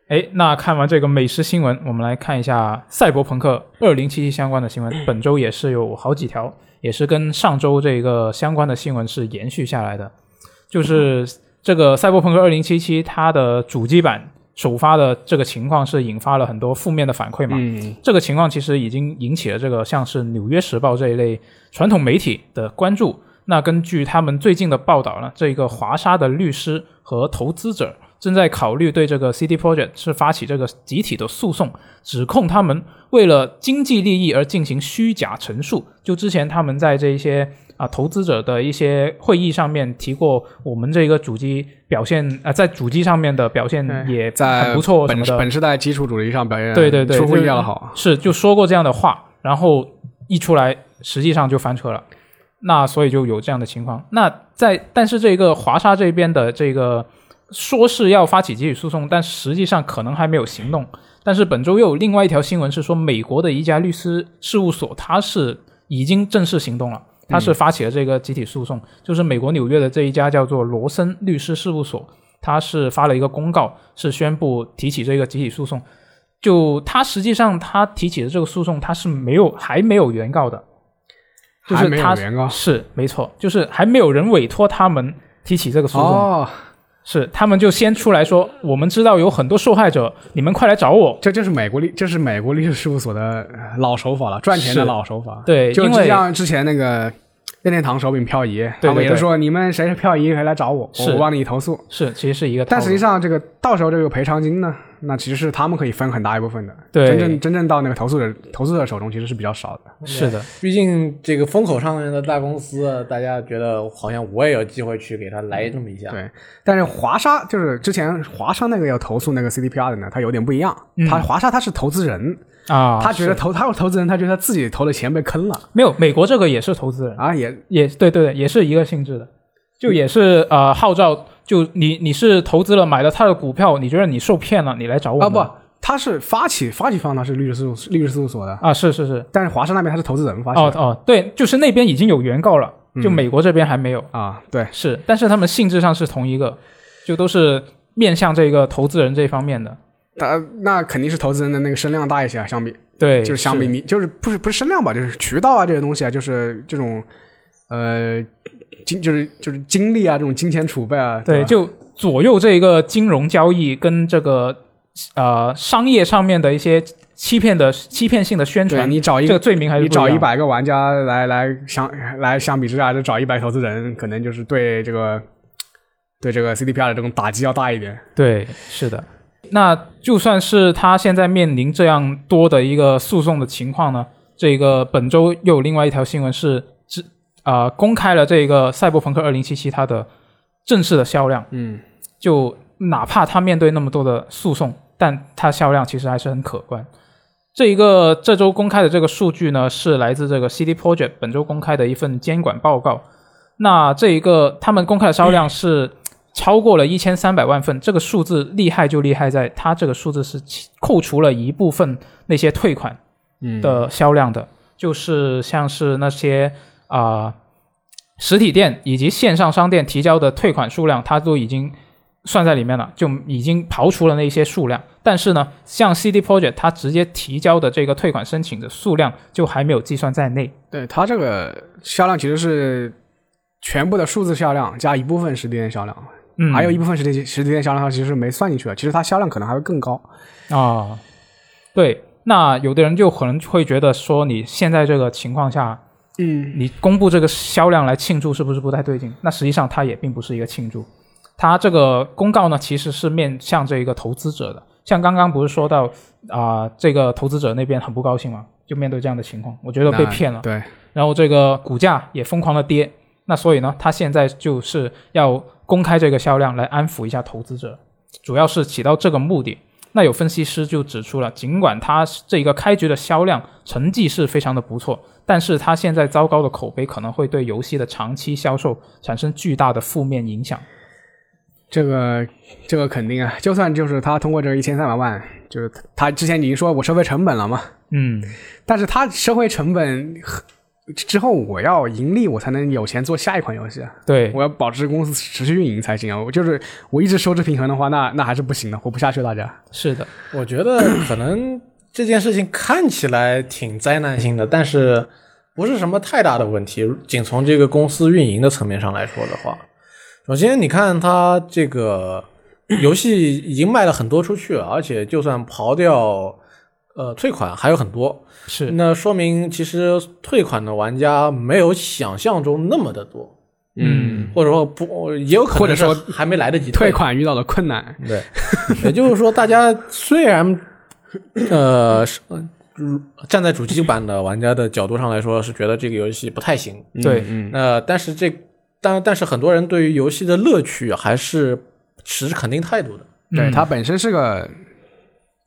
Speaker 1: 哎，那看完这个美食新闻，我们来看一下《赛博朋克2077》相关的新闻。本周也是有好几条，也是跟上周这个相关的新闻是延续下来的。就是这个《赛博朋克2077》它的主机版首发的这个情况是引发了很多负面的反馈嘛。
Speaker 2: 嗯，
Speaker 1: 这个情况其实已经引起了这个像是《纽约时报》这一类传统媒体的关注。那根据他们最近的报道呢，这个华沙的律师和投资者正在考虑对这个 CD Projekt 是发起这个集体的诉讼，指控他们为了经济利益而进行虚假陈述。就之前他们在这一些啊投资者的一些会议上面提过，我们这个主机表现啊、在主机上面的表现也
Speaker 2: 在
Speaker 1: 很不错什
Speaker 2: 本
Speaker 1: 么的，
Speaker 2: 本世代基础主义上表现
Speaker 1: 对对对
Speaker 2: 出乎意
Speaker 1: 就
Speaker 2: 料的好。啊
Speaker 1: 是就说过这样的话，然后一出来，实际上就翻车了。那所以就有这样的情况。那在但是这个华沙这边的这个说是要发起集体诉讼，但实际上可能还没有行动。但是本周又有另外一条新闻是说，美国的一家律师事务所，它是已经正式行动了。它是发起了这个集体诉讼，就是美国纽约的这一家叫做罗森律师事务所，它是发了一个公告，是宣布提起这个集体诉讼。就它实际上它提起的这个诉讼，它是没有还没有原告的，就
Speaker 2: 还
Speaker 1: 是
Speaker 2: 没有
Speaker 1: 它
Speaker 2: 原告
Speaker 1: 是没错，就是还没有人委托他们提起这个诉讼，
Speaker 2: 哦，
Speaker 1: 是他们就先出来说，我们知道有很多受害者，你们快来找我。
Speaker 2: 这就是美国律，这是美国律师事务所的老手法了，赚钱的
Speaker 1: 是
Speaker 2: 老手法。
Speaker 1: 对
Speaker 2: 就
Speaker 1: 因
Speaker 2: 就
Speaker 1: 为
Speaker 2: 像之前那个任天堂手柄漂移，
Speaker 1: 对
Speaker 2: 他们也是
Speaker 1: 对
Speaker 2: 说你们谁是漂移，可以来找我，
Speaker 1: 是
Speaker 2: 我帮你投诉。
Speaker 1: 是，其实是一个套路，
Speaker 2: 但实际上，这个到时候这个赔偿金呢，那其实是他们可以分很大一部分的。
Speaker 1: 对
Speaker 2: 真正真正到那个投诉者投诉者手中，其实是比较少的。
Speaker 1: 是的，
Speaker 3: 毕竟这个风口上面的大公司，大家觉得好像我也有机会去给他来这么一下。
Speaker 2: 对，但是华沙就是之前华沙那个要投诉那个 CDPR 的呢，他有点不一样。他华沙他是投资人，
Speaker 1: 嗯啊，
Speaker 2: 他觉
Speaker 1: 是
Speaker 2: 得投他投资人，他觉得他自己投的钱被坑了
Speaker 1: 没有美国这个也是投资人，
Speaker 2: 啊，也
Speaker 1: 也对对对，也是一个性质的，就也是呃号召，就你你是投资了买了他的股票，你觉得你受骗了，你来找我
Speaker 2: 啊
Speaker 1: 们
Speaker 2: 不，它是发起发起方它是律师事务律师事务所的，
Speaker 1: 啊，是是是，
Speaker 2: 但是华盛那边它是投资人发嗯起
Speaker 1: 哦
Speaker 2: 的
Speaker 1: 哦，对，就是那边已经有原告了，就美国这边还没有。
Speaker 2: 啊，对，
Speaker 1: 是，但是他们性质上是同一个，就都是面向这个投资人这方面的。
Speaker 2: 它那肯定是投资人的那个声量大一些啊，相比
Speaker 1: 对，
Speaker 2: 就是相比你就是不是不是声量吧，就是渠道啊这些东西啊，就是这种呃经就是就是精力啊这种金钱储备啊，
Speaker 1: 对，
Speaker 2: 吧
Speaker 1: 就左右这一个金融交易跟这个呃商业上面的一些欺骗的欺骗性的宣
Speaker 2: 对
Speaker 1: 传，
Speaker 2: 你找一
Speaker 1: 这个
Speaker 2: 个。
Speaker 1: 罪名还是
Speaker 2: 你
Speaker 1: 不样
Speaker 2: 找
Speaker 1: 的
Speaker 2: 一百个玩家来来相来相比之下，就找一百投资人，可能就是对这个对这个 CDPR 的这种打击要大一点。
Speaker 1: 对，是的。那就算是他现在面临这样多的一个诉讼的情况呢，这个本周又有另外一条新闻是，只啊、公开了这个《赛博朋克2077》它的正式的销量。
Speaker 2: 嗯，
Speaker 1: 就哪怕他面对那么多的诉讼，但它销量其实还是很可观。这一个这周公开的这个数据呢，是来自这个 CD Project 本周公开的一份监管报告。那这一个他们公开的销量是超过了一千三百万份，这个数字厉害就厉害在它这个数字是扣除了一部分那些退款的销量的，就是像是那些啊、实体店以及线上商店提交的退款数量，它都已经算在里面了，就已经刨除了那些数量。但是呢，像 CD Project 它直接提交的这个退款申请的数量就还没有计算在内。
Speaker 2: 对它这个销量其实是全部的数字销量加一部分实体店销量，
Speaker 1: 嗯，
Speaker 2: 还有一部分实体实体店销量它其实没算进去的。其实它销量可能还会更高。
Speaker 1: 啊、对，那有的人就可能会觉得说，你现在这个情况下，
Speaker 2: 嗯，
Speaker 1: 你公布这个销量来庆祝是不是不太对劲？那实际上它也并不是一个庆祝，它这个公告呢其实是面向这一个投资者的。像刚刚不是说到啊、这个投资者那边很不高兴吗？就面对这样的情况，我觉得被骗了。
Speaker 2: 对，
Speaker 1: 然后这个股价也疯狂的跌。那所以呢，它现在就是要公开这个销量来安抚一下投资者，主要是起到这个目的。那有分析师就指出了，尽管它这个开局的销量成绩是非常的不错，但是它现在糟糕的口碑可能会对游戏的长期销售产生巨大的负面影响。
Speaker 2: 这个这个肯定啊，就算就是他通过这一千三百万，就是他之前已经说我收回成本了嘛，
Speaker 1: 嗯，
Speaker 2: 但是他收回成本之后，我要盈利，我才能有钱做下一款游戏啊。
Speaker 1: 对，
Speaker 2: 我要保持公司持续运营才行啊！我就是我一直收支平衡的话，那那还是不行的，活不下去。大家，
Speaker 1: 是的，
Speaker 3: 我觉得可能这件事情看起来挺灾难性的，但是不是什么太大的问题。仅从这个公司运营的层面上来说的话，首先你看它这个游戏已经卖了很多出去了，而且就算刨掉呃退款还有很多，
Speaker 1: 是，
Speaker 3: 那说明其实退款的玩家没有想象中那么的多。
Speaker 1: 嗯，
Speaker 3: 或者说不，也有可能
Speaker 2: 或者说
Speaker 3: 是还没来得及
Speaker 2: 退款遇到了困难，
Speaker 3: 对，也就是说，大家虽然呃是呃站在主机版的玩家的角度上来说，是觉得这个游戏不太行，
Speaker 2: 嗯
Speaker 1: 对，
Speaker 3: 呃，但是这但但是很多人对于游戏的乐趣还是持肯定态度的。
Speaker 2: 对，
Speaker 1: 嗯
Speaker 2: 它本身是个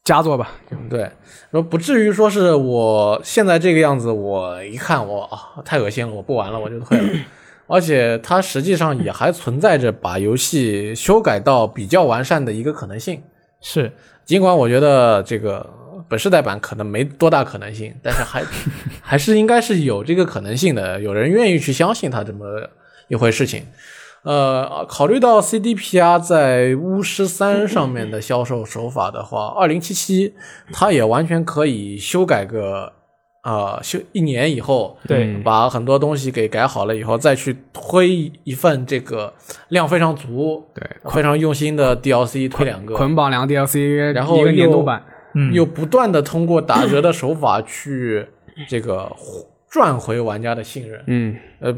Speaker 2: 佳作吧，
Speaker 3: 对，说不至于说是我现在这个样子，我一看我啊太恶心了，我不玩了，我就退了。而且它实际上也还存在着把游戏修改到比较完善的一个可能性。
Speaker 1: 是，
Speaker 3: 尽管我觉得这个本世代版可能没多大可能性，但是还还是应该是有这个可能性的，有人愿意去相信它这么一回事情。呃，考虑到 CDPR 啊在巫师三上面的销售手法的话，二零七七它也完全可以修改个啊、修一年以后，
Speaker 1: 对
Speaker 3: 把很多东西给改好了以后，再去推一份这个量非常足、
Speaker 2: 对，
Speaker 3: 非常用心的 DLC 推两个，
Speaker 2: 捆绑两个 DLC，
Speaker 3: 然后
Speaker 2: 一个年
Speaker 3: 又
Speaker 2: 度版，
Speaker 1: 嗯，
Speaker 3: 又不断的通过打折的手法去这个赚回玩家的信任。
Speaker 2: 嗯，
Speaker 3: 呃，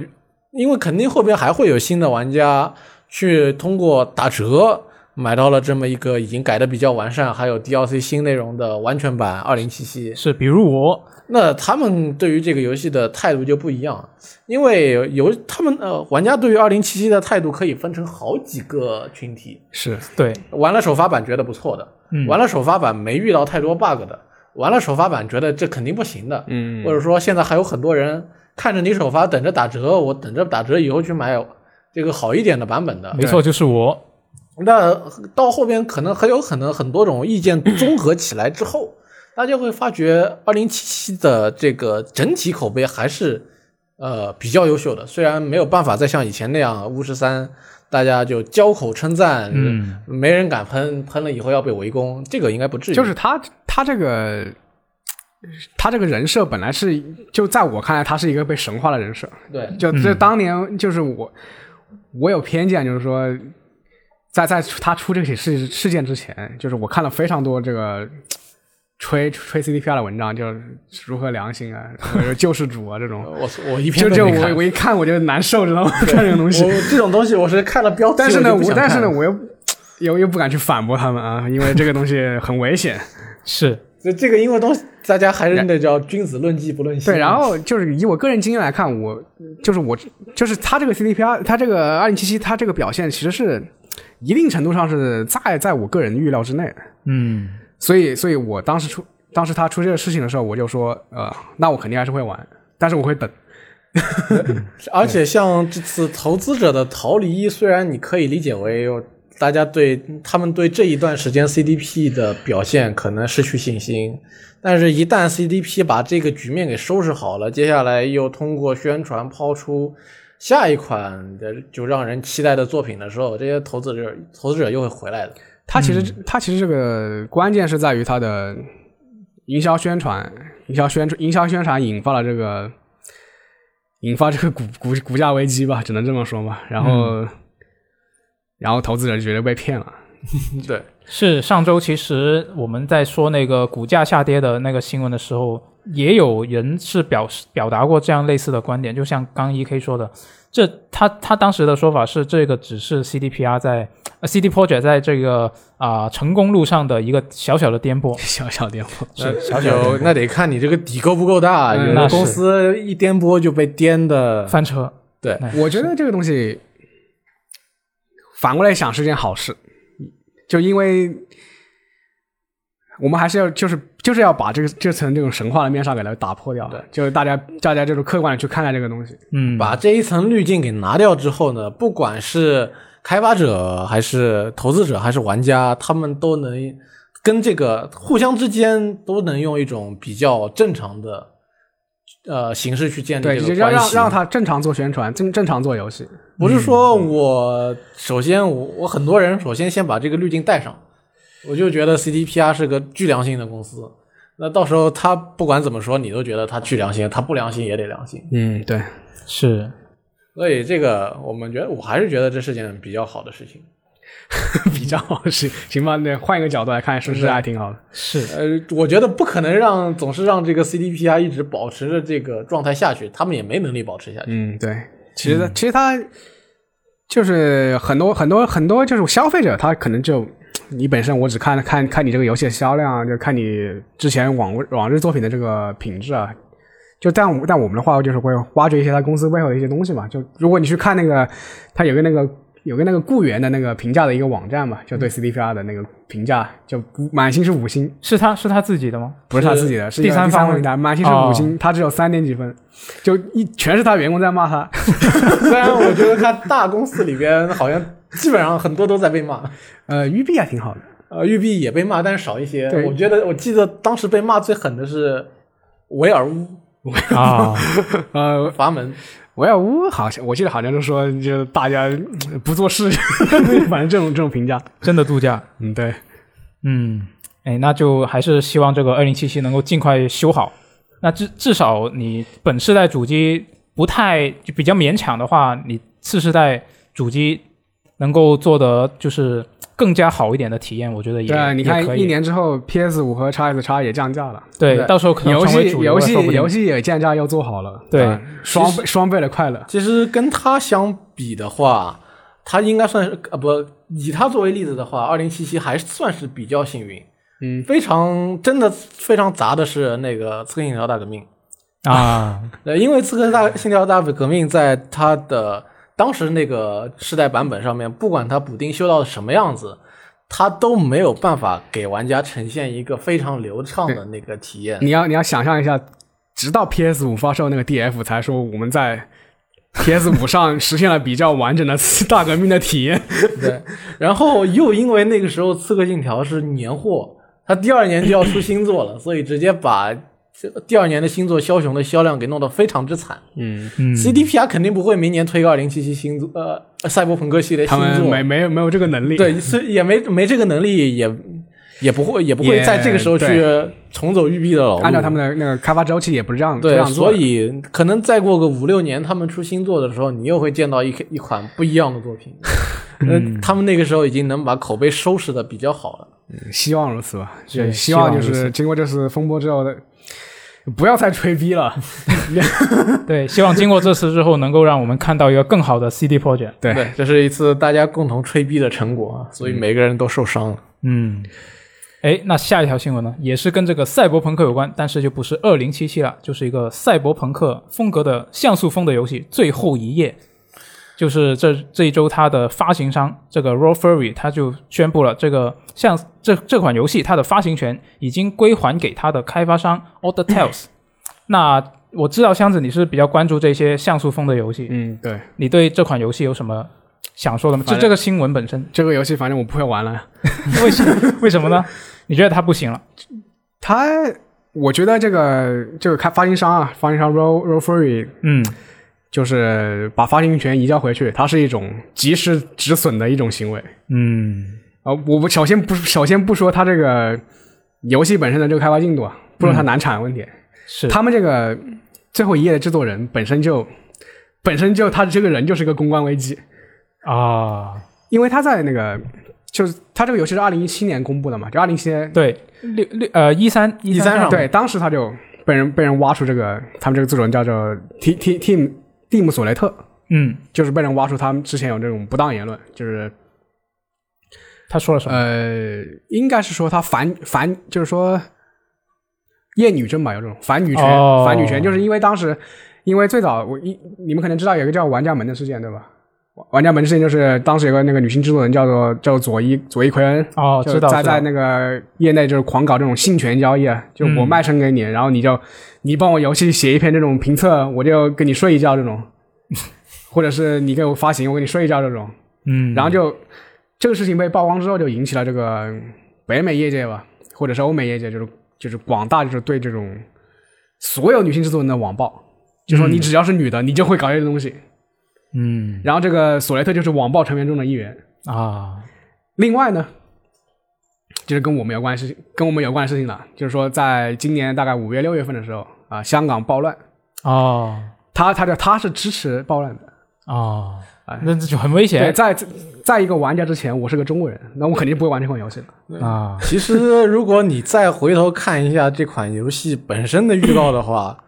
Speaker 3: 因为肯定后边还会有新的玩家去通过打折买到了这么一个已经改的比较完善，还有 DLC 新内容的完全版二零七七。
Speaker 1: 是，比如我，
Speaker 3: 那他们对于这个游戏的态度就不一样，因为游他们呃玩家对于二零七七的态度可以分成好几个群体。
Speaker 2: 是
Speaker 1: 对，
Speaker 3: 玩了首发版觉得不错的，
Speaker 1: 嗯
Speaker 3: 玩了首发版没遇到太多 bug 的，玩了首发版觉得这肯定不行的，
Speaker 2: 嗯
Speaker 3: 或者说现在还有很多人看着你首发等着打折，我等着打折以后去买这个好一点的版本的，
Speaker 1: 没错，就是我，
Speaker 3: 那到后边可能很有可能很多种意见综合起来之后，大家会发觉二零七七的这个整体口碑还是呃比较优秀的，虽然没有办法再像以前那样巫师三大家就交口称赞，
Speaker 1: 嗯，
Speaker 3: 没人敢喷，喷了以后要被围攻，这个应该不至于。
Speaker 2: 就是他他这个他这个人设本来是就在我看来，他是一个被神化的人设。
Speaker 3: 对，
Speaker 2: 就这当年就是我，我有偏见，就是说，在在他出这起事事件之前，就是我看了非常多这个吹吹 CDPR 的文章，就是如何良心啊，或者救世主啊这种。
Speaker 3: 我我一
Speaker 2: 就
Speaker 3: 篇
Speaker 2: 就
Speaker 3: 都哦没看
Speaker 2: 我我一看我就难受，知道吗？看这种东西，
Speaker 3: 我这种东西我是看了标题，
Speaker 2: 但是呢，
Speaker 3: 我就
Speaker 2: 我
Speaker 3: 不想
Speaker 2: 但是
Speaker 3: 看
Speaker 2: 呢，我又又又不敢去反驳他们啊，因为这个东西很危险。
Speaker 1: 是
Speaker 3: 就这个因为东西大家还是那叫君子论迹不论心。
Speaker 2: 对，然后就是以我个人经验来看，我就是我就是他这个 CDPR，他这个二零七七，他这个表现其实是一定程度上是在在我个人预料之内的，
Speaker 1: 嗯
Speaker 2: 所以所以我当时出当时他出这个事情的时候，我就说呃，那我肯定还是会玩，但是我会等。
Speaker 3: 而且像这次投资者的逃离，虽然你可以理解为大家对他们对这一段时间 CDP 的表现可能失去信心，但是，一旦 CDP 把这个局面给收拾好了，接下来又通过宣传抛出下一款的就让人期待的作品的时候，这些投资者投资者又会回来的。
Speaker 2: 他其实、他其实这个关键是在于他的营销宣传，营销宣传，营销宣传引发了这个引发这个股股股价危机吧，只能这么说吧。然后、然后投资者就觉得被骗了。
Speaker 1: 嗯
Speaker 3: 对，
Speaker 1: 是，上周其实我们在说那个股价下跌的那个新闻的时候，也有人是表示表达过这样类似的观点，就像刚一 K 说的，这他他当时的说法是，这个只是 CDPR 在、呃、CD Project 在这个啊、成功路上的一个小小的颠簸，
Speaker 2: 小小店铺，
Speaker 1: 是小
Speaker 3: 小
Speaker 1: 小的
Speaker 3: 九那得看你这个底够不够大，
Speaker 2: 嗯
Speaker 3: 有
Speaker 1: 那
Speaker 3: 的
Speaker 1: 是
Speaker 3: 公司一颠簸就被颠的。
Speaker 1: 翻车，
Speaker 3: 对，
Speaker 2: 我觉得这个东西反过来想是件好事，就因为我们还是要就是就是要把这个这层这种神话的面纱给它打破掉，就是大家大家就是客观的去看待这个东西。
Speaker 1: 嗯，
Speaker 3: 把这一层滤镜给拿掉之后呢，不管是开发者还是投资者还是玩家，他们都能跟这个互相之间都能用一种比较正常的呃形式去建立
Speaker 2: 对，就
Speaker 3: 这个
Speaker 2: 让
Speaker 3: 关
Speaker 2: 让
Speaker 3: 系。
Speaker 2: 让他嗯正常做宣传，正正常做游戏。
Speaker 3: 不是说我首先我我很多人首先先把这个滤镜戴上，我就觉得 CDPR 是个巨良心的公司。那到时候他不管怎么说，你都觉得他巨良心，他不良心也得良心。
Speaker 2: 嗯，对，
Speaker 1: 是
Speaker 3: 所以这个我们觉得，我还是觉得这是件比较好的事情。
Speaker 2: 比较好是行吧？那换一个角度来看，是不是
Speaker 3: 啊
Speaker 2: 还挺好的？
Speaker 1: 是
Speaker 3: 呃，我觉得不可能让总是让这个 CDPR 一直保持着这个状态下去，他们也没能力保持下去。
Speaker 2: 嗯，对。其实他、其实他就是很多很多很多就是消费者，他可能就你本身我只看看看你这个游戏的销量啊，就看你之前往往日作品的这个品质啊。就但我但我们的话就是会挖掘一些他公司背后的一些东西嘛。就如果你去看那个，他有个那个有个那个雇员的那个评价的一个网站嘛，就
Speaker 1: 嗯
Speaker 2: 对 CDPR 的那个评价，就满星是五星，
Speaker 1: 是他是他自己的吗？
Speaker 2: 不是他自己的，是一个
Speaker 1: 第三
Speaker 2: 第三
Speaker 1: 方哦
Speaker 2: 方平台，满星是五星，他只有三点几分，就一全是他员工在骂他。
Speaker 3: 虽然我觉得看大公司里边好像基本上很多都在被骂，
Speaker 2: 呃，育碧还挺好的，
Speaker 3: 呃，育碧也被骂，但是少一些。
Speaker 2: 对
Speaker 3: 我觉得我记得当时被骂最狠的是维尔乌
Speaker 1: 啊，
Speaker 2: 呃，
Speaker 3: 阀门，
Speaker 2: 维尔乌好像我记得好像就说，就是大家嗯不做事， 反正这种这种评价，
Speaker 1: 真的度假，
Speaker 2: 嗯，对，
Speaker 1: 嗯，哎，那就还是希望这个二零七七能够尽快修好。那至至少你本世代主机不太就比较勉强的话，你次世代主机能够做得就是更加好一点的体验，我觉得也
Speaker 2: 对啊，你
Speaker 1: 也可
Speaker 2: 看
Speaker 1: 以
Speaker 2: 一年之后，PS 五和 x S x 也降价了，
Speaker 1: 对，
Speaker 3: 对
Speaker 1: 到时候可能
Speaker 2: 游
Speaker 1: 成为
Speaker 2: 戏
Speaker 1: 主流
Speaker 2: 游
Speaker 1: 了
Speaker 2: 戏
Speaker 1: 说不定
Speaker 2: 游戏也降价又做好了，
Speaker 1: 对
Speaker 2: 啊双倍双倍的快乐，
Speaker 3: 其实跟它相比的话，它应该算是啊不，以它作为例子的话，二零七七还算是比较幸运。
Speaker 2: 嗯，
Speaker 3: 非常真的非常杂的是那个《刺客信条：大革命》。
Speaker 1: 啊，
Speaker 3: 呃，因为《刺客大信条：大革命》在它的当时那个世代版本上面，不管它补丁修到什么样子，它都没有办法给玩家呈现一个非常流畅的那个体验。
Speaker 2: 你要你要想象一下，直到 PS 五发售那个 DF 才说我们在 PS 五上实现了比较完整的次大革命的体验。
Speaker 3: 对，然后又因为那个时候《刺客信条》是年货，它第二年就要出新作了，所以直接把这第二年的新作《枭雄》的销量给弄得非常之惨。
Speaker 2: 嗯，
Speaker 1: 嗯，
Speaker 3: CDPR 肯定不会明年推个二零七七新作，呃，赛博朋克系列
Speaker 2: 他
Speaker 3: 新
Speaker 2: 们没
Speaker 3: 作，
Speaker 2: 没有没有这个能力。，
Speaker 3: 对，是也没没这个能力，也也不会也不会
Speaker 2: 也
Speaker 3: 在这个时候去重走育碧的老路。
Speaker 2: 按照他们的那个开发周期也不是这样这
Speaker 3: 对，
Speaker 2: 样做
Speaker 3: 所
Speaker 2: 的。
Speaker 3: 以可能再过个五六年，他们出新作的时候，你又会见到一一款不一样的 作品。嗯，他们那个时候已经能把口碑收拾的比较好了。
Speaker 2: 希望如此吧，
Speaker 1: 对
Speaker 2: 就希望就
Speaker 1: 希望
Speaker 2: 是经过这次风波之后的，不要再吹逼 了。
Speaker 1: 对，希望经过这次之后，能够让我们看到一个更好的 CD project。
Speaker 2: 对嗯
Speaker 3: 对，这是一次大家共同吹逼的成果啊，所以每个人都受伤了。
Speaker 1: 嗯，哎，那下一条新闻呢，也是跟这个赛博朋克有关，但是就不是二零七七了，就是一个赛博朋克风格的像素风的游戏《最后一夜》，就是这这一周它的发行商这个 Raw Fury 它就宣布了，这个像这这款游戏它的发行权已经归还给它的开发商 Order Tales。那我知道箱子你是比较关注这些像素风的游戏，
Speaker 2: 嗯，对，
Speaker 1: 你对这款游戏有什么想说的吗？就
Speaker 2: 反正
Speaker 1: 这个新闻本身，
Speaker 2: 这个游戏反正我不会玩了。
Speaker 1: 为什么为什么呢？你觉得它不行了？
Speaker 2: 它，我觉得这个这个开发行商啊，发行商 Roll Roll Fury
Speaker 1: 嗯，
Speaker 2: 就是把发行权移交回去，它是一种及时止损的一种行为。
Speaker 1: 嗯
Speaker 2: 啊，我我首先不首先不说它这个游戏本身的这个开发进度啊，不说它难产的问题，，
Speaker 1: 是
Speaker 2: 他们这个最后一页的制作人本身就本身就他这个人就是个公关危机，
Speaker 1: 啊，
Speaker 2: 因为他在那个就是他这个游戏是二零一七年公布的嘛，就二零一七年
Speaker 1: 对，六六呃一三一
Speaker 3: 13上
Speaker 2: 对，当时他就被人被人挖出这个他们这个制作人叫做 T T Tim Tim 索雷特，
Speaker 1: 嗯，
Speaker 2: 就是被人挖出他们之前有这种不当言论，就是
Speaker 1: 他说了什么？
Speaker 2: 呃，应该是说他反反，就是说厌女症吧，有这种反女权，
Speaker 1: 哦
Speaker 2: 反女权，就是因为当时，因为最早我一你们可能知道有一个叫玩家门的事件，对吧？玩家门事件就是当时有个那个女性制作人叫做叫做佐伊佐伊奎恩，
Speaker 1: 哦，
Speaker 2: 就
Speaker 1: 知道，
Speaker 2: 在
Speaker 1: 知道
Speaker 2: 在那个业内就是狂搞这种性权交易，啊，就我
Speaker 1: 嗯
Speaker 2: 卖身给你，然后你就你帮我游戏写一篇这种评测，我就跟你睡一觉 这种，或者是你给我发行，我给你睡一觉这种，
Speaker 1: 嗯，
Speaker 2: 然后就这个事情被曝光之后，就引起了这个北美业界吧，或者是欧美业界，就是就是广大就是对这种所有女性制作人的网暴，就说你只要是女的，你就会搞这些东西。
Speaker 1: 嗯
Speaker 2: 然后这个索雷特就是网暴成员中的一员。
Speaker 1: 啊，
Speaker 2: 另外呢，就是跟我们有关系，跟我们有关的事情了，就是说在今年大概五月六月份的时候啊、香港暴乱，
Speaker 1: 哦
Speaker 2: 他他的他是支持暴乱的。
Speaker 1: 哦
Speaker 2: 哎，
Speaker 1: 那这就很危
Speaker 2: 对，
Speaker 1: 险
Speaker 2: 在在一个玩家之前，我是个中国人，那我肯定不会玩这款游戏了。
Speaker 1: 啊，
Speaker 3: 其实，如果你再回头看一下这款游戏本身的预告的话，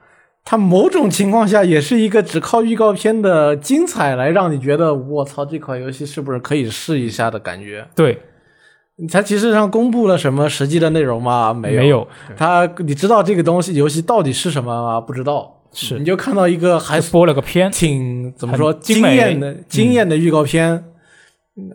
Speaker 3: 它某种情况下也是一个只靠预告片的精彩来让你觉得“我操，这款游戏是不是可以试一下”的感觉。
Speaker 1: 对，
Speaker 3: 它其实上公布了什么实际的内容吗？没有。
Speaker 1: 没有，
Speaker 3: 它，你知道这个东西游戏到底是什么吗？不知道。
Speaker 1: 是
Speaker 3: 你就看到一个还
Speaker 1: 就播了个片，
Speaker 3: 挺怎么说
Speaker 1: 很精
Speaker 3: 惊
Speaker 1: 美嗯
Speaker 3: 艳的惊艳的预告片。那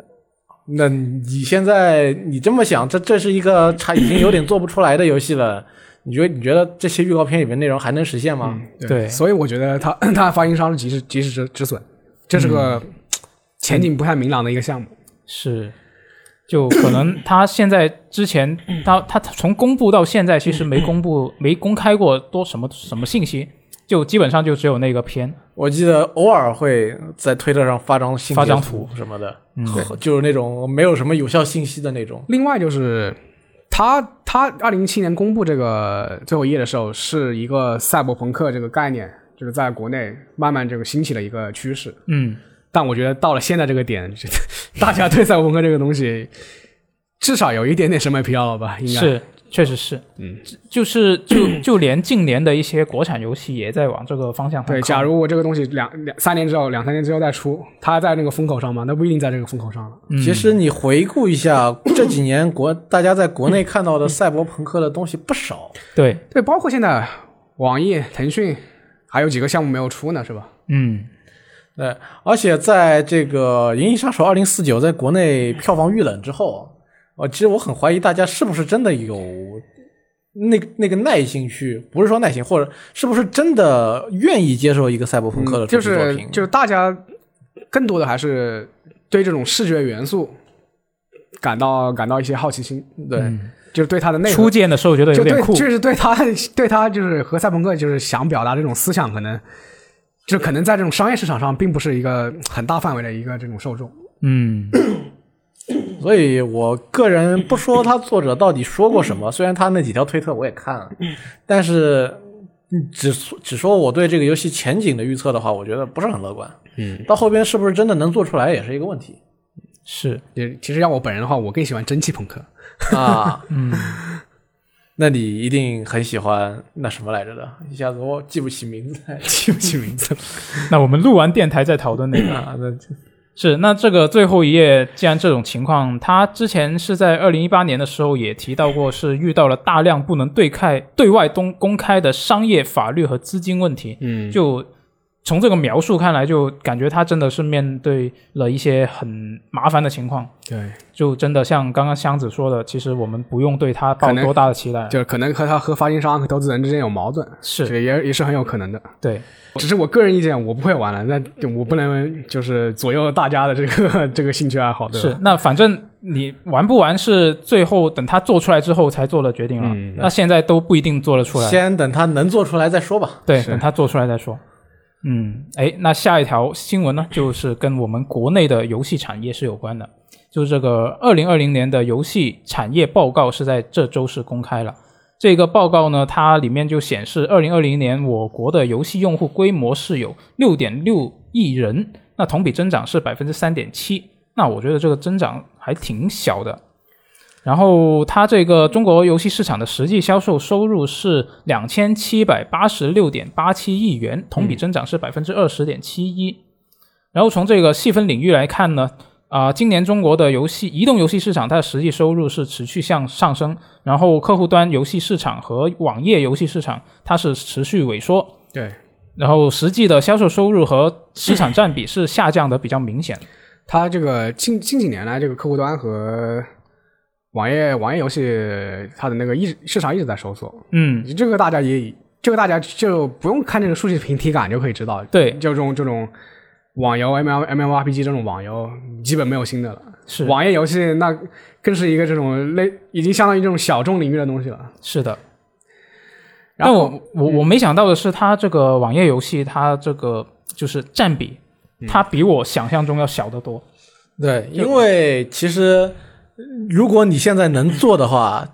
Speaker 3: 那你现在你这么想，这这是一个差已经有点做不出来的游戏了。你觉得你觉得这些预告片里面内容还能实现吗？
Speaker 1: 对
Speaker 2: 所以我觉得他 他的发行商是及时及时止止损，这是个前景不太明朗的一个项目。
Speaker 1: 是。就可能他现在之前，他他他从公布到现在，其实没公布、没公开过多什么什么信息，就基本上就只有那个片。
Speaker 3: 我记得偶尔会在推特上发张信
Speaker 1: 发张
Speaker 3: 图什么的，
Speaker 1: 嗯
Speaker 3: 呵 就是那种没有什么有效信息的那种。
Speaker 2: 另外就是他他二零一七年公布这个最后一页的时候，是一个赛博朋克这个概念，就是在国内慢慢这个兴起的一个趋势。
Speaker 1: 嗯，
Speaker 2: 但我觉得到了现在这个点， 就大家对赛博朋克这个东西至少有一点点审美疲劳了吧？应该
Speaker 1: 是，确实是，
Speaker 2: 嗯
Speaker 1: 就，就是就就连近年的一些国产游戏也在往这个方向上
Speaker 2: 对，
Speaker 1: 靠。
Speaker 2: 假如我这个东西两两三年之后、两三年之后再出，它在那个风口上吗？那不一定在这个风口上了。
Speaker 3: 其实你回顾一下 这几年国大家在国内看到的赛博朋克的东西不少，
Speaker 1: 对，
Speaker 2: 对，包括现在网易、腾讯还有几个项目没有出呢，是吧？
Speaker 1: 嗯，
Speaker 3: 对，而且在这个《银翼杀手二零四九》在国内票房遇冷之后，呃，其实我很怀疑大家是不是真的有那那个耐心去，不是说耐心，或者是不是真的愿意接受一个赛博朋克的
Speaker 2: 就
Speaker 3: 主题作
Speaker 2: 是
Speaker 3: 品？
Speaker 2: 嗯就是大家更多的还是对这种视觉元素感到感到一些好奇心，
Speaker 3: 对，
Speaker 2: 就是对它的内
Speaker 1: 初
Speaker 2: 核，
Speaker 1: 见的时候觉得有
Speaker 2: 就
Speaker 1: 点
Speaker 2: 对，
Speaker 1: 酷，
Speaker 2: 就是对它对它就是和赛博朋克就是想表达这种思想，可能就可能在这种商业市场上并不是一个很大范围的一个这种受众。
Speaker 1: 嗯，
Speaker 3: 所以我个人不 说他作者到底说过什么，虽然他那几条推特我也看了，但是嗯只只说我对这个游戏前景的预测的话，我觉得不是很乐观。嗯，到后边是不是真的能做出来也是一个问 题
Speaker 1: 是
Speaker 2: 也其实要我本人的话，我更喜欢蒸汽朋克。
Speaker 3: 啊。嗯， 那你一定很喜欢那什么来着的？一下子我记不起名字来
Speaker 2: 记不起名字了。
Speaker 1: 那我们录完电台再讨论那个。，
Speaker 3: 啊。那就是
Speaker 1: 那这个最后一页，既然这种情况，他之前是在二零一八年的时候也提到过，是遇到了大量不能对开对外东公开的商业法律和资金问题。
Speaker 2: 嗯，
Speaker 1: 就从这个描述看来，就感觉他真的是面对了一些很麻烦的情况。
Speaker 2: 对，
Speaker 1: 就真的像刚刚箱子说的，其实我们不用对他抱
Speaker 2: 可能
Speaker 1: 多大的期待。
Speaker 2: 就是可能和他和发行商和投资人之间有矛盾，这
Speaker 1: 是
Speaker 2: 个也也是很有可能的。
Speaker 1: 对，
Speaker 2: 只是我个人意见，我不会玩了，但我不能就是左右大家的这个 这个兴趣爱好，对吧？
Speaker 1: 是，那反正你玩不玩是最后等他做出来之后才做的决定了，
Speaker 2: 嗯
Speaker 1: 那现在都不一定做得出来。
Speaker 3: 先等他能做出来再说吧。
Speaker 1: 对，
Speaker 2: 是
Speaker 1: 等他做出来再说。嗯，哎，那下一条新闻呢，就是跟我们国内的游戏产业是有关的，就是这个二零二零年的游戏产业报告是在这周是公开了。这个报告呢，它里面就显示，二零二零年我国的游戏用户规模是有六点六亿人，那同比增长是百分之三点七，那我觉得这个增长还挺小的。然后它这个中国游戏市场的实际销售收入是两千七百八十六点八七亿元，同比增长是百分之二十点七一。然后从这个细分领域来看呢，啊、今年中国的游戏移动游戏市场它的实际收入是持续向上升，然后客户端游戏市场和网页游戏市场它是持续萎缩，
Speaker 2: 对，
Speaker 1: 然后实际的销售收入和市场占比是下降的比较明显。
Speaker 2: 他这个近近几年来，这个客户端和网页网页游戏它的那个一直市场一直在收缩，
Speaker 1: 嗯，
Speaker 2: 这个大家也这个大家就不用看这个数据凭体感就可以知道，
Speaker 1: 对
Speaker 2: 就这种这种网游 M L M M R P G 这种网游基本没有新的了。
Speaker 1: 是
Speaker 2: 网页游戏那更是一个这种类，已经相当于这种小众领域的东西了。
Speaker 1: 是的。
Speaker 2: 然
Speaker 1: 但我
Speaker 2: 后
Speaker 1: 我我没想到的是，它这个网页游戏，它这个就是占比，
Speaker 2: 嗯
Speaker 1: 它比我想象中要小得多。
Speaker 3: 对，因为其实嗯如果你现在能做的话，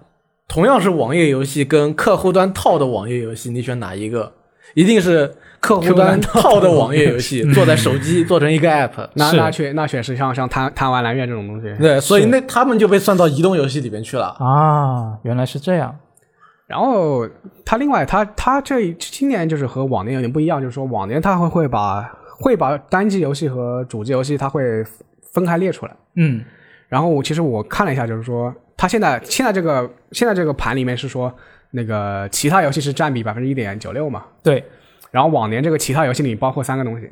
Speaker 3: 同样是网页游戏跟客户端套的网页游戏，你选哪一个？一定是客户端套的网页游戏，做在手机做成一个 app。
Speaker 2: 那
Speaker 1: 是
Speaker 2: 那选那选是像像贪贪玩蓝月这种东西。
Speaker 3: 对，所以那他们就被算到移动游戏里边去了。
Speaker 1: 啊，原来是这样。
Speaker 2: 然后它另外它它这今年就是和往年有点不一样，就是说往年它会会把会把单机游戏和主机游戏它会分开列出来。
Speaker 1: 嗯，
Speaker 2: 然后我其实我看了一下，就是说它现在现在这个现在这个盘里面是说那个其他游戏是占比百分之一点九六嘛，
Speaker 1: 对，
Speaker 2: 然后往年这个其他游戏里包括三个东西，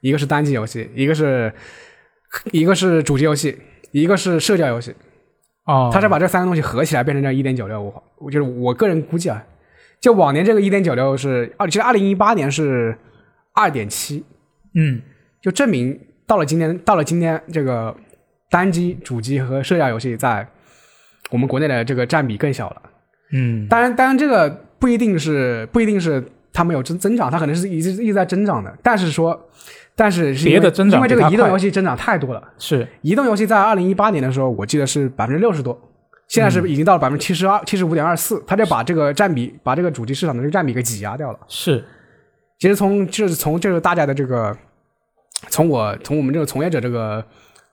Speaker 2: 一个是单机游戏，一个是一个是主机游戏，一个是社交游戏。
Speaker 1: 哦，
Speaker 2: 它是把这三个东西合起来变成这一点九六。我我就是我个人估计啊，就往年这个一点九六是二，其实二零一八年是二点七，
Speaker 1: 嗯
Speaker 2: 就证明到了今天，到了今天这个单机、主机和社交游戏在我们国内的这个占比更小了。
Speaker 1: 嗯
Speaker 2: 当然，当然这个不一定是不一定是它没有增增长，它可能是一直一直在增长的。但是说，但是是因为
Speaker 1: 别的增长
Speaker 2: 因为这
Speaker 1: 比
Speaker 2: 个
Speaker 1: 它
Speaker 2: 移动
Speaker 1: 快
Speaker 2: 游戏增长太多了。
Speaker 1: 是
Speaker 2: 移动游戏在二零一八年的时候，我记得是百分之六十多，现在是已经到了百分之七十二、七十五点二四，它就把这个占比，把这个主机市场的这个占比给挤压掉了。
Speaker 1: 是
Speaker 2: 其实从就是从这个大家的这个，从我从我们这个从业者这个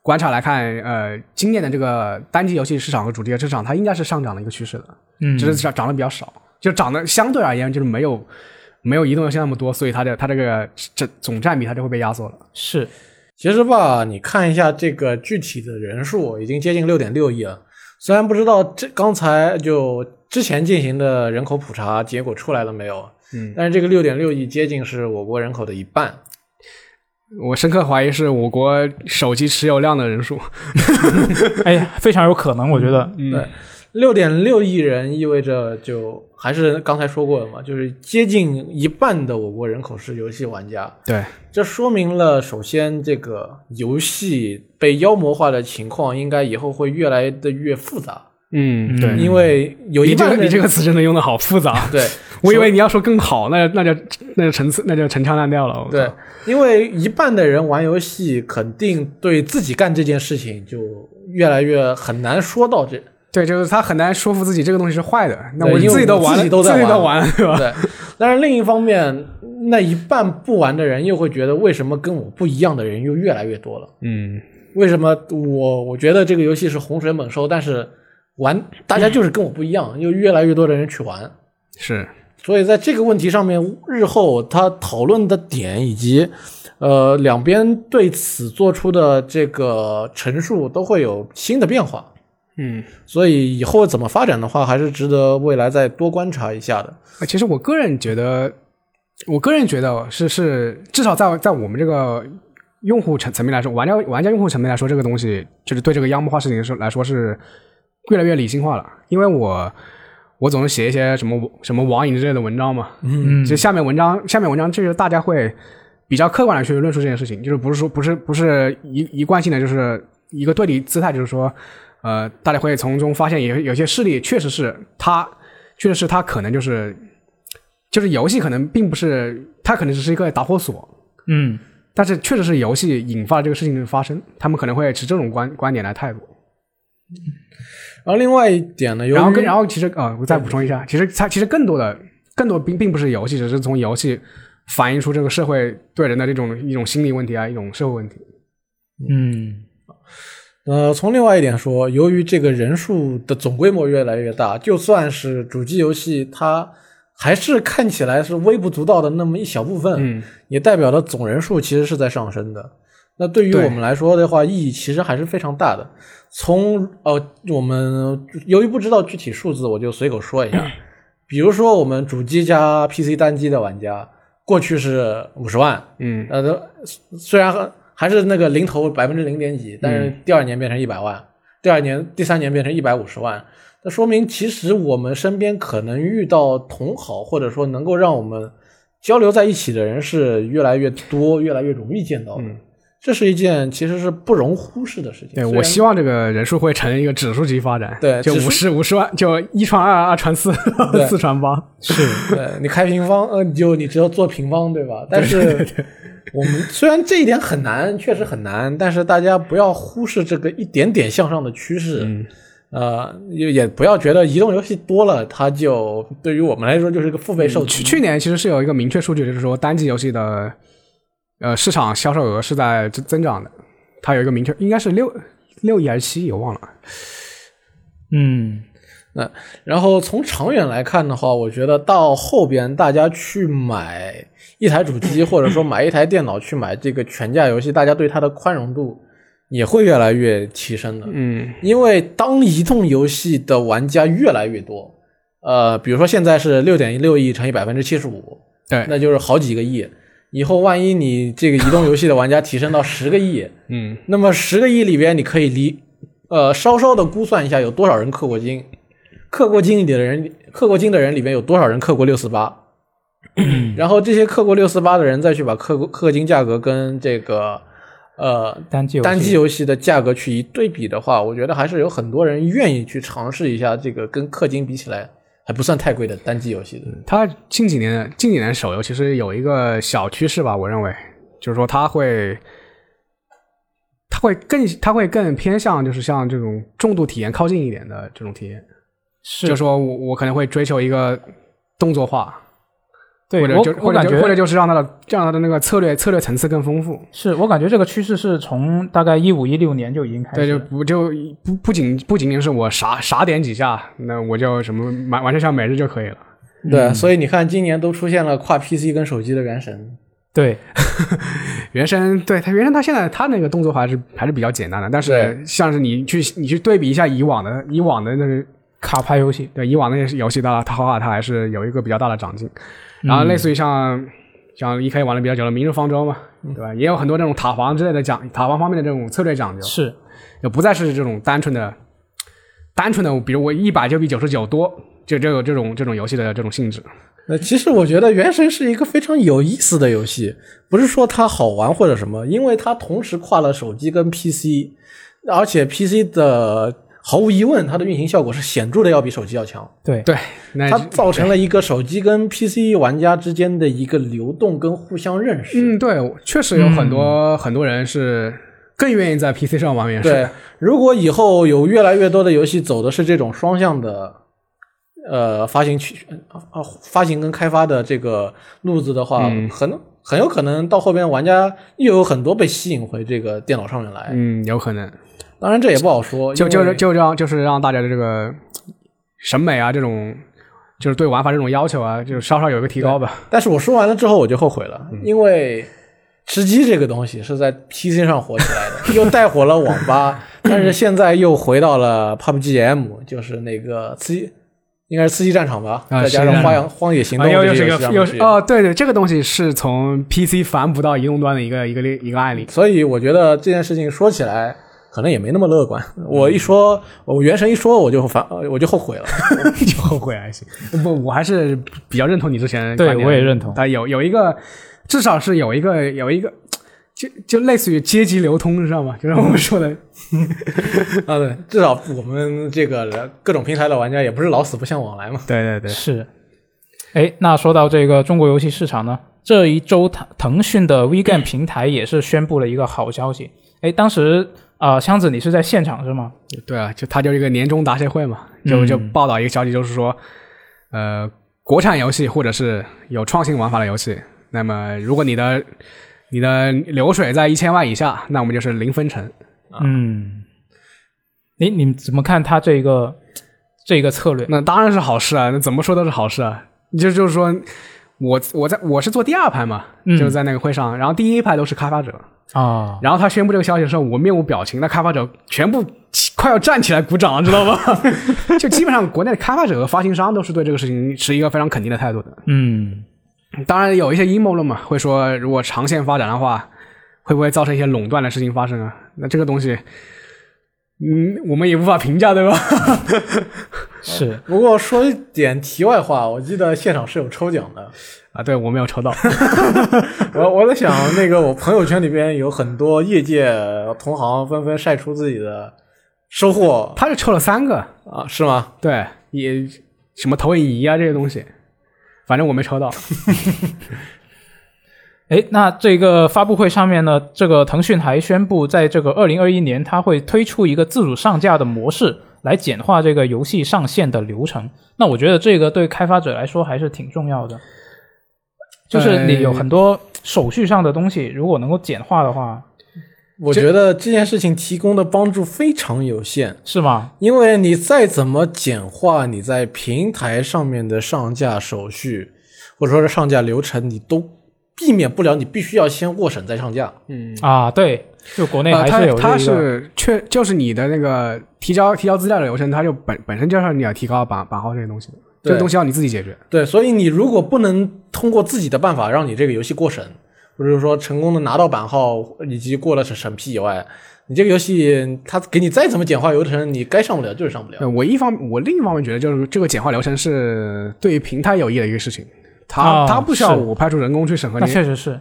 Speaker 2: 观察来看，呃，今年的这个单机游戏市场和主机游戏市场，它应该是上涨的一个趋势的，
Speaker 1: 嗯
Speaker 2: 只是涨涨得比较少，就涨得相对而言就是没有没有移动游戏那么多，所以它的它这个这总占比它就会被压缩了。
Speaker 1: 是
Speaker 3: 其实吧，你看一下这个具体的人数，已经接近六点六亿了。虽然不知道这刚才就之前进行的人口普查结果出来了没有，
Speaker 2: 嗯
Speaker 3: 但是这个六点六亿接近是我国人口的一半。
Speaker 2: 我深刻怀疑是我国手机持有量的人数。
Speaker 3: 嗯
Speaker 1: 哎呀，非常有可能，我觉得。
Speaker 3: 对，六点六亿人意味着就还是刚才说过的嘛，就是接近一半的我国人口是游戏玩家。
Speaker 2: 对，
Speaker 3: 这说明了，首先这个游戏被妖魔化的情况，应该以后会越来的越复杂，
Speaker 2: 嗯，
Speaker 1: 嗯
Speaker 2: 对。
Speaker 3: 因为有一
Speaker 2: 你这
Speaker 3: 半
Speaker 2: 个
Speaker 3: 人
Speaker 2: 你这个词真的用的好复杂，
Speaker 3: 对，
Speaker 2: 我以为你要说更好，那那就那就陈词那就陈腔滥调了。我靠
Speaker 3: 对，因为一半的人玩游戏，肯定对自己干这件事情就越来越很难说到这。
Speaker 2: 对，就是他很难说服自己这个东西是坏的。那
Speaker 3: 对
Speaker 2: 我
Speaker 3: 因为
Speaker 2: 自己都
Speaker 3: 我
Speaker 2: 玩了，
Speaker 3: 自己都在
Speaker 2: 自己都
Speaker 3: 玩
Speaker 2: 玩，对吧？
Speaker 3: 对，但是另一方面，那一半不玩的人又会觉得，为什么跟我不一样的人又越来越多了？
Speaker 2: 嗯，
Speaker 3: 为什么我我觉得这个游戏是洪水猛兽，但是 玩大家就是跟我不一样，又越来越多的人去玩。
Speaker 2: 是，
Speaker 3: 所以在这个问题上面，日后他讨论的点以及，呃，两边对此做出的这个陈述都会有新的变化。
Speaker 2: 嗯，
Speaker 3: 所以以后怎么发展的话，还是值得未来再多观察一下的。
Speaker 2: 呃其实我个人觉得，我个人觉得哦是是，至少在在我们这个用户层层面来说，玩家玩家用户层面来说，这个东西就是对这个妖魔化事情是来说是越来越理性化了。因为我我总是写一些什么什么网瘾之类的文章嘛，
Speaker 1: 嗯
Speaker 2: 其实下面文章下面文章就是大家会比较客观的去论述这件事情，就是不是说不是不是一一贯性的，就是一个对立姿态，就是说，呃，大家会从中发现有有些势力确实是他，确实是他可能就是就是游戏可能并不是他可能只是一个导火索，
Speaker 1: 嗯，
Speaker 2: 但是确实是游戏引发了这个事情的发生，他们可能会持这种观观点来态度。
Speaker 3: 然后另外一点呢，由于嗯
Speaker 2: 然后跟然后其实呃，我再补充一下，其实它其实更多的更多并并不是游戏，只是从游戏反映出这个社会对人的这种一种心理问题啊，一种社会问题。
Speaker 1: 嗯，
Speaker 3: 呃，从另外一点说，由于这个人数的总规模越来越大，就算是主机游戏，它还是看起来是微不足道的那么一小部分，
Speaker 2: 嗯，
Speaker 3: 也代表了总人数其实是在上升的。那对于
Speaker 2: 对
Speaker 3: 我们来说的话，意义其实还是非常大的。从呃，我们由于不知道具体数字，我就随口说 一下，比如说我们主机加 PC 单机的玩家，过去是五十万，
Speaker 2: 嗯，
Speaker 3: 呃，都虽虽然还还是那个零头百分之零点几，但是
Speaker 2: 嗯
Speaker 3: 第二年变成一百万，第二年、第三年变成一百五十万，那说明其实我们身边可能遇到同好，或者说能够让我们交流在一起的人是越来越多，越来越容易见到的。这是一件其实是不容忽视的事
Speaker 2: 嗯
Speaker 3: 情。
Speaker 2: 对
Speaker 3: 虽
Speaker 2: 我
Speaker 3: 然
Speaker 2: 希望这个人数会成一个指数级发展，
Speaker 3: 对
Speaker 2: 就
Speaker 3: 指数
Speaker 2: 五十五十万，就一传二，二传四，
Speaker 3: 对
Speaker 2: 四传八。
Speaker 1: 是，
Speaker 3: 对你开平方，呃，你就你只要做平方，对吧？但是我们虽然这一点很难，确实很难，但是大家不要忽视这个一点点向上的趋势。呃，也也不要觉得移动游戏多了，它就对于我们来说就是个付费受
Speaker 2: 去
Speaker 3: 体。
Speaker 2: 去年其实是有一个明确数据，就是说单机游戏的呃市场销售额是在增增长的，它有一个明确，应该是六六亿还是七亿，我忘了。
Speaker 1: 嗯
Speaker 3: 然后从长远来看的话，我觉得到后边大家去买一台主机，或者说买一台电脑去买这个全价游戏，大家对它的宽容度也会越来越提升的。
Speaker 2: 嗯，
Speaker 3: 因为当移动游戏的玩家越来越多，呃，比如说现在是六点六亿乘以百分之七十五，
Speaker 2: 对，
Speaker 3: 那就是好几个亿。以后万一你这个移动游戏的玩家提升到十个亿，
Speaker 2: 嗯，
Speaker 3: 那么十个亿里边，你可以离，呃，稍稍的估算一下有多少人氪过金，氪过金里的人，氪过金的人里边有多少人氪过六四八，然后这些氪过六四八的人再去把氪过氪金价格跟这个，呃，
Speaker 1: 单机游戏
Speaker 3: 单机游戏的价格去一对比的话，我觉得还是有很多人愿意去尝试一下这个跟氪金比起来还不算太贵的单机游戏的。
Speaker 2: 它近几年近几年手游其实有一个小趋势吧，我认为就是说它会，它会更它会更偏向就是像这种重度体验靠近一点的这种体验，
Speaker 1: 是，
Speaker 2: 就是说我我可能会追求一个动作化，
Speaker 1: 对
Speaker 2: 或者
Speaker 1: 我
Speaker 2: 就
Speaker 1: 我
Speaker 2: 或者
Speaker 1: 感
Speaker 2: 就
Speaker 1: 觉
Speaker 2: 或者就是让它的让它的那个策略策略层次更丰富，
Speaker 1: 是我感觉这个趋势是从大概一五一六年就已经开
Speaker 2: 对，
Speaker 1: 始
Speaker 2: 就
Speaker 1: 了，
Speaker 2: 不就不不仅不仅仅是我傻傻点几下，那我就什么完完全像每日就可以了。
Speaker 3: 对，啊所以你看，今年都出现了跨 PC 跟手机的《原神》。
Speaker 1: 对
Speaker 2: 原神对他，原神他现在他那个动作还是还是比较简单的，但是
Speaker 3: 对
Speaker 2: 像是你去你去对比一下以往的以往的那个
Speaker 1: 卡牌游戏，
Speaker 2: 对以往那些游戏的话，它它它还是有一个比较大的长进。然后类似于像、像 E K 玩的比较久的《明日方舟》嘛，对吧？也有很多这种塔防之类的讲塔防方面的这种策略讲究，
Speaker 1: 是
Speaker 2: 就不再是这种单纯的单纯的，比如我一百就比九十九多，就这个这种这种游戏的这种性质。
Speaker 3: 那其实我觉得《原神》是一个非常有意思的游戏，不是说它好玩或者什么，因为它同时跨了手机跟 PC，而且 PC 的毫无疑问，它的运行效果是显著的要比手机要强。
Speaker 1: 对，
Speaker 2: 对，那
Speaker 3: 它造成了一个手机跟 PC 玩家之间的一个流动跟互相认识。
Speaker 2: 嗯，对，确实有很多、很多人是更愿意在 PC 上玩原神。
Speaker 3: 嗯对，如果以后有越来越多的游戏走的是这种双向的，呃，发行去啊发行跟开发的这个路子的话，
Speaker 2: 嗯
Speaker 3: 很很有可能到后边玩家又有很多被吸引回这个电脑上面来。
Speaker 2: 嗯，有可能，
Speaker 3: 当然这也不好说，
Speaker 2: 就
Speaker 3: 因
Speaker 2: 就
Speaker 3: 为
Speaker 2: 是就让就是让大家的这个审美啊，这种就是对玩法这种要求啊，就稍稍有一个提高吧。
Speaker 3: 但是我说完了之后我就后悔了，因为吃鸡这个东西是在 PC 上火起来的，又带火了网吧，但是现在又回到了 PUBGM，就是那个刺激，应该是刺激战场吧，
Speaker 2: 啊刺
Speaker 3: 再加
Speaker 2: 激战
Speaker 3: 上
Speaker 2: 场
Speaker 3: 荒野荒野行动
Speaker 2: 哎
Speaker 1: 啊又
Speaker 3: 这
Speaker 1: 又是
Speaker 3: 些
Speaker 1: 一
Speaker 3: 游戏
Speaker 1: 个
Speaker 3: 上
Speaker 1: 又
Speaker 3: 面
Speaker 1: 是
Speaker 3: 去。
Speaker 2: 哦，对对，这个东西是从 PC 反哺到移动端的一个一个例一个案例。
Speaker 3: 所以我觉得这件事情说起来。可能也没那么乐观。我一说，我原神一说，我就反，我就后悔了。
Speaker 2: 就后悔还行。不，我还是比较认同你之前的
Speaker 1: 对
Speaker 2: 观点
Speaker 1: 我也认同
Speaker 2: 但有有一个，至少是有一个有一个，就就类似于阶级流通，你知道吗？就是我们 说的，
Speaker 3: 啊，对， 至少我们这个各种平台的玩家也不是老死不相往来嘛。
Speaker 2: 对对对，
Speaker 1: 是。哎，那说到这个中国游戏市场呢，这一周腾腾讯的 WeGame 平台也是宣布了一个好消息。哎，当时啊、呃箱子你是在现场是吗？
Speaker 2: 对啊，就它就是一个年终答谢会嘛，
Speaker 1: 嗯
Speaker 2: 就就报道一个消息，就是说，呃，国产游戏或者是有创新玩法的游戏，那么如果你的你的流水在一千万以下，那我们就是零分成。
Speaker 1: 嗯，你你们怎么看他这个这个策略？
Speaker 2: 那当然是好事啊，那怎么说都是好事啊。就就是说，我我在我是坐第二排嘛，
Speaker 1: 嗯
Speaker 2: 就是在那个会上，然后第一排都是开发者，
Speaker 1: 啊，
Speaker 2: 然后他宣布这个消息的时候，我面无表情，那开发者全部起快要站起来鼓掌，知道吗？ 就基本上国内的开发者和发行商都是对这个事情持一个非常肯定的态度的。
Speaker 1: 嗯，
Speaker 2: 当然有一些阴谋论嘛，会说如果长线发展的话，会不会造成一些垄断的事情发生啊？那这个东西，嗯，我们也无法评价，对吧？
Speaker 1: 是
Speaker 3: 不过说一点题外话，我记得现场是有抽奖的。
Speaker 2: 啊，对我没有抽到。
Speaker 3: 我我在想，那个我朋友圈里边有很多业界同行纷纷晒出自己的收获
Speaker 2: 他就抽了三个，
Speaker 3: 啊，是吗？
Speaker 2: 对，也什么投影仪啊这些东西，反正我没抽 到。
Speaker 1: 哎，那这个发布会上面呢，这个腾讯还宣布，在这个二零二一年，它会推出一个自主上架的模式，来简化这个游戏上线的流程。那我觉得这个对开发者来说还是挺重要的，就是你有很多手续上的东西，如果能够简化的话，
Speaker 3: 我觉得这件事情提供的帮助非常有限，
Speaker 1: 是吗？
Speaker 3: 因为你再怎么简化你在平台上面的上架手续，或者说是上架流程，你都避免不了，你必须要先过审再上架。
Speaker 1: 啊，对，就国内
Speaker 2: 嗯呃，
Speaker 1: 还
Speaker 2: 他
Speaker 1: 有这
Speaker 2: 他
Speaker 1: 一个
Speaker 2: 是确就是你的那个提交提交资料的流程，它就本本身就是你要提高版版号这些东西的，这个
Speaker 3: 对
Speaker 2: 东西要你自己解决。
Speaker 3: 对，所以你如果不能通过自己的办法让你这个游戏过审，或者说成功的拿到版号以及过了审审批以外，你这个游戏它给你再怎么简化流程，你该上不了就是上不了。
Speaker 2: 呃，我一方我另一方面觉得就是这个简化流程是对于平台有益的一个事情，它、
Speaker 1: 啊
Speaker 2: 它不需要
Speaker 1: 是
Speaker 2: 我派出人工去审核
Speaker 1: 那
Speaker 2: 你
Speaker 1: 确实是，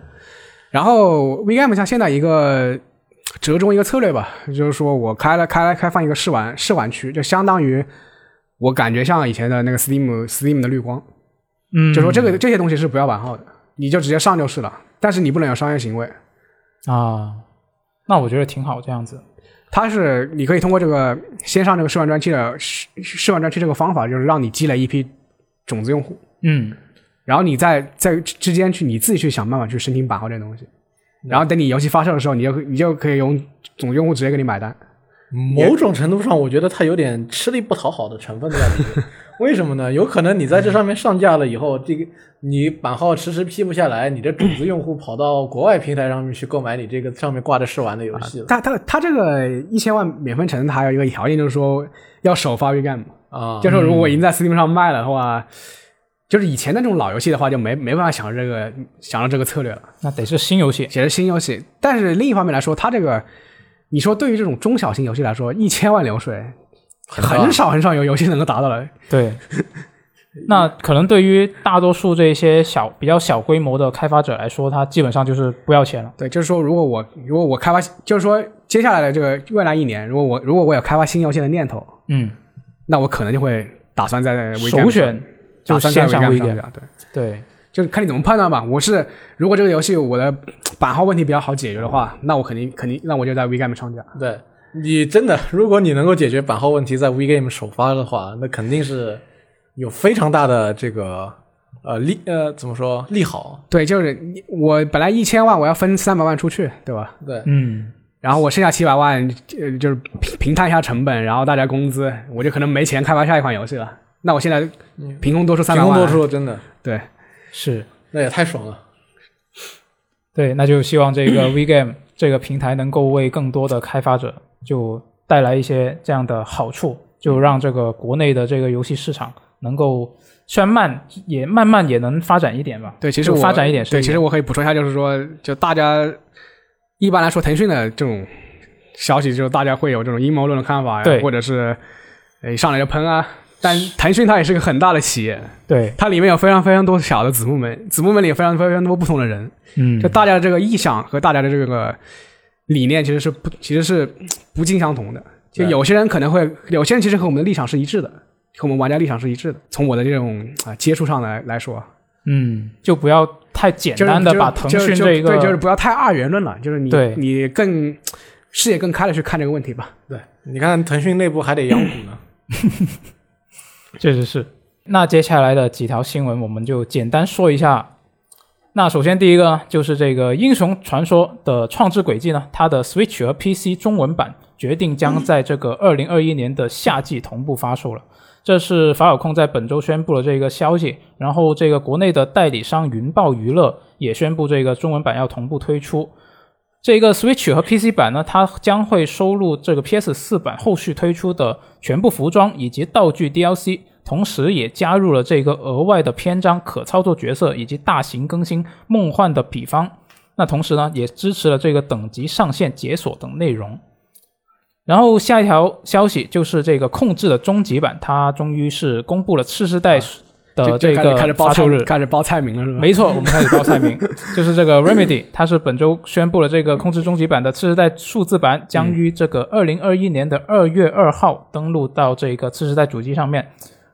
Speaker 2: 然后 VGame 像现在一个折中一个策略吧，就是说我开了开了开放一个试玩试玩区，就相当于我感觉像以前的那个 Steam Steam 的绿光，
Speaker 1: 嗯，
Speaker 2: 就说这个这些东西是不要版号的，你就直接上就是了，但是你不能有商业行为。
Speaker 1: 啊，那我觉得挺好，这样子，
Speaker 2: 它是你可以通过这个先上这个试玩专区的试试玩专区这个方法，就是让你积累一批种子用户，
Speaker 1: 嗯，
Speaker 2: 然后你再在之间去你自己去想办法去申请版号这些东西，然后等你游戏发售的时候，你就你就可以用种子用户直接给你买单。
Speaker 3: 嗯某种程度上，我觉得它有点吃力不讨好的成分在里面。为什么呢？有可能你在这上面上架了以后，这个你版号迟迟批不下来，你的种子用户跑到国外平台上面去购买你这个上面挂着试玩的游戏了
Speaker 2: 他他他这个一千万免分成，它还有一个条件就是说要首发 VGame，
Speaker 3: 啊
Speaker 2: 就是说如
Speaker 1: 嗯
Speaker 2: 果已经在 Steam 上卖了的话，就是以前那种老游戏的话就没没办法想这个想到这个策略了，
Speaker 1: 那得是新游戏，
Speaker 2: 写是新游戏。但是另一方面来说，它这个你说对于这种中小型游戏来说，一千万流水
Speaker 3: 大
Speaker 2: 很少很少有游戏能够达到的。
Speaker 1: 对，那可能对于大多数这些小比较小规模的开发者来说，它基本上就是不要钱了。
Speaker 2: 对，就是说，如果我如果我开发，就是说接下来的这个未来一年，如果我如果我有开发新游戏的念头，
Speaker 1: 嗯，
Speaker 2: 那我可能就会打算在 w e
Speaker 1: 首选
Speaker 2: 打
Speaker 1: 就是
Speaker 2: 算在
Speaker 1: 线
Speaker 2: w
Speaker 1: 上
Speaker 2: e
Speaker 1: 微
Speaker 2: 上
Speaker 1: 店
Speaker 2: 对，
Speaker 1: 对，
Speaker 2: 就看你怎么判断吧。我是如果这个游戏我的版号问题比较好解决的话，那我肯定肯定那我就在 WeGame 上架。
Speaker 3: 对你真的，如果你能够解决版号问题在 WeGame 首发的话，那肯定是有非常大的这个呃利呃怎么说利好。
Speaker 2: 对，就是你我本来一千万我要分三百万出去，对吧？
Speaker 3: 对，
Speaker 1: 嗯，
Speaker 2: 然后我剩下七百万，呃，就是平平摊一下成本，然后大家工资，我就可能没钱开发下一款游戏了。那我现在凭空多出三
Speaker 3: 嗯凭
Speaker 2: 百
Speaker 3: 空
Speaker 2: 万，
Speaker 3: 多出真的，
Speaker 2: 对，
Speaker 1: 是
Speaker 3: 那也太爽了。
Speaker 1: 对，那就希望这 个 WeGame 这个平台能够为更多的开发者就带来一些这样的好处，就让这个国内的这个游戏市场能够虽然慢也慢慢也能发展一点吧。
Speaker 2: 对，其实
Speaker 1: 就
Speaker 2: 我
Speaker 1: 发展一点是
Speaker 2: 对，
Speaker 1: 一
Speaker 2: 其实我可以补充一下，就是说，就大家一般来说，腾讯的这种消息，就是大家会有这种阴谋论的看法呀，
Speaker 1: 对
Speaker 2: 或者是呃一上来就喷啊。但腾讯它也是个很大的企业，
Speaker 1: 对，
Speaker 2: 它里面有非常非常多小的子部门，子部门里有非常非常多不同的人，
Speaker 1: 嗯
Speaker 2: 就大家的这个意向和大家的这个理念其实是不其实是不尽相同的。就
Speaker 3: 对
Speaker 2: 有些人可能会，有些人其实和我们的立场是一致的，和我们玩家立场是一致的。从我的这种啊、接触上来来说，
Speaker 1: 嗯，就不要太简
Speaker 2: 就是
Speaker 1: 单的
Speaker 2: 就是
Speaker 1: 把腾
Speaker 2: 就是
Speaker 1: 讯
Speaker 2: 就
Speaker 1: 这一个
Speaker 2: 对，就是不要太二元论了，就是你
Speaker 1: 对
Speaker 2: 你更视野更开的去看这个问题吧。
Speaker 3: 对，你看腾讯内部还得养股呢。
Speaker 1: 确实是。那接下来的几条新闻，我们就简单说一下。那首先第一个呢就是这个《英雄传说》的《创制轨迹》呢，它的 Switch 和 PC 中文版决定将在这个二零二一年的夏季同步发售了。这是法有控在本周宣布了这个消息，然后这个国内的代理商云豹娱乐也宣布这个中文版要同步推出。这个 Switch 和 PC 版呢，它将会收录这个 PS 4版后续推出的全部服装以及道具 DLC，同时也加入了这个额外的篇章、可操作角色以及大型更新梦幻的比方。那同时呢，也支持了这个等级上限解锁等内容。然后下一条消息就是这个控制的终极版，它终于是公布了次世代的
Speaker 2: 就
Speaker 1: 呃这
Speaker 2: 就开始
Speaker 1: 个
Speaker 2: 开始报
Speaker 1: 发售
Speaker 2: 菜
Speaker 1: 日，
Speaker 2: 开始报菜名了是吧？
Speaker 1: 没错，我们开始报菜 名，就是这个 Remedy，它是本周宣布了这个《控制终极版》的次世代数字版将于
Speaker 2: 嗯
Speaker 1: 这个二零二一年的二月二号登陆到这个次世代主机上面。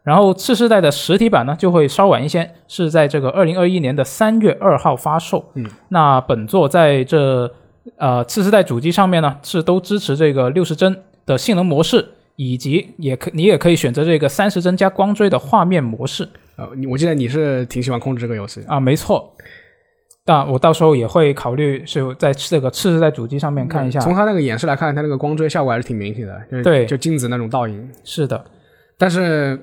Speaker 1: 然后次世代的实体版呢，就会稍晚一些，是在这个二零二一年的三月二号发售。嗯，那本作在这呃次世代主机上面呢，是都支持这个六十帧的性能模式，以及也可你也可以选择这个三十帧加光追的画面模式。
Speaker 2: 呃，你我记得你是挺喜欢控制这个游戏的，
Speaker 1: 啊，没错。但我到时候也会考虑是在这个次世代主机上面看一下。
Speaker 2: 嗯从它那个演示来看，它那个光追效果还是挺明显的，就是
Speaker 1: 对
Speaker 2: 就镜子那种倒影。
Speaker 1: 是的，
Speaker 2: 但是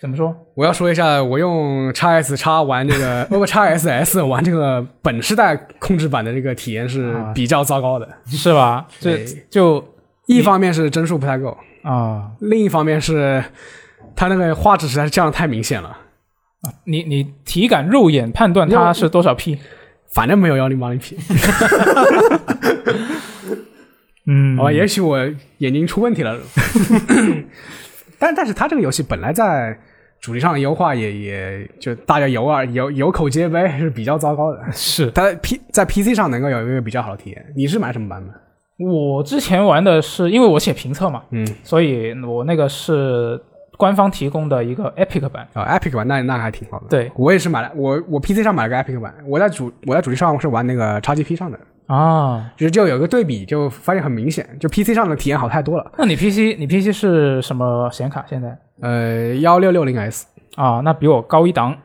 Speaker 1: 怎么说？
Speaker 2: 我要说一下，我用 x S 叉玩这个，哦不 x S S 玩这个本世代控制版的这个体验是
Speaker 1: 啊
Speaker 2: 比较糟糕的。
Speaker 1: 是吧？ 这就
Speaker 2: 一方面是帧数不太够，
Speaker 1: 啊，
Speaker 2: 另一方面是它那个画质实在是降的太明显了。
Speaker 1: 你你体感肉眼判断它是多少 P？
Speaker 2: 反正没有幺零八零 P，
Speaker 1: 嗯
Speaker 2: 好吧，哦也许我眼睛出问题了。但但是它这个游戏本来在主机上的优化也也就大家有耳有有口皆碑是比较糟糕的。
Speaker 1: 是。
Speaker 2: 它 P 在 PC 上能够有一个比较好的体验。你是买什么版本？
Speaker 1: 我之前玩的是，因为我写评测嘛，
Speaker 2: 嗯，
Speaker 1: 所以我那个是官方提供的一个 Epic 版。
Speaker 2: 啊、e p i c 版那那还挺好的。
Speaker 1: 对
Speaker 2: 我也是买了，我我 PC 上买了个 Epic 版，我在主我在主机上是玩那个 XGP 上的，
Speaker 1: 啊，
Speaker 2: 就是就有一个对比，就发现很明显，就 PC 上的体验好太多了。
Speaker 1: 那你 PC 你 PC 是什么显卡现在？
Speaker 2: 呃，幺六六零 S，
Speaker 1: 啊，那比我高一 档。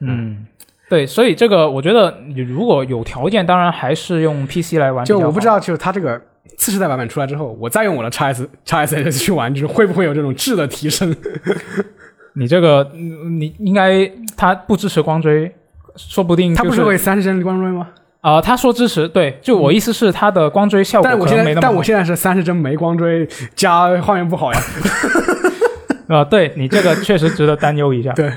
Speaker 1: 嗯，对，所以这个我觉得你如果有条件，当然还是用 PC 来玩。
Speaker 2: 就我不知，道，就是它这个次世代版本出来之后，我再用我的 x S x S 去玩，就是会不会有这种质的提升？
Speaker 1: 你这个嗯你应该它不支持光追，说不定、就
Speaker 2: 它不
Speaker 1: 是
Speaker 2: 是会三十帧光追吗？
Speaker 1: 啊、他说支持，对，就我意思是它的光追效果
Speaker 2: 但我
Speaker 1: 可
Speaker 2: 现
Speaker 1: 能没那
Speaker 2: 在
Speaker 1: 么好。
Speaker 2: 但我现在是三十帧没光追加画面不好呀。
Speaker 1: 啊、对你这个确实值得担忧一下。
Speaker 2: 对，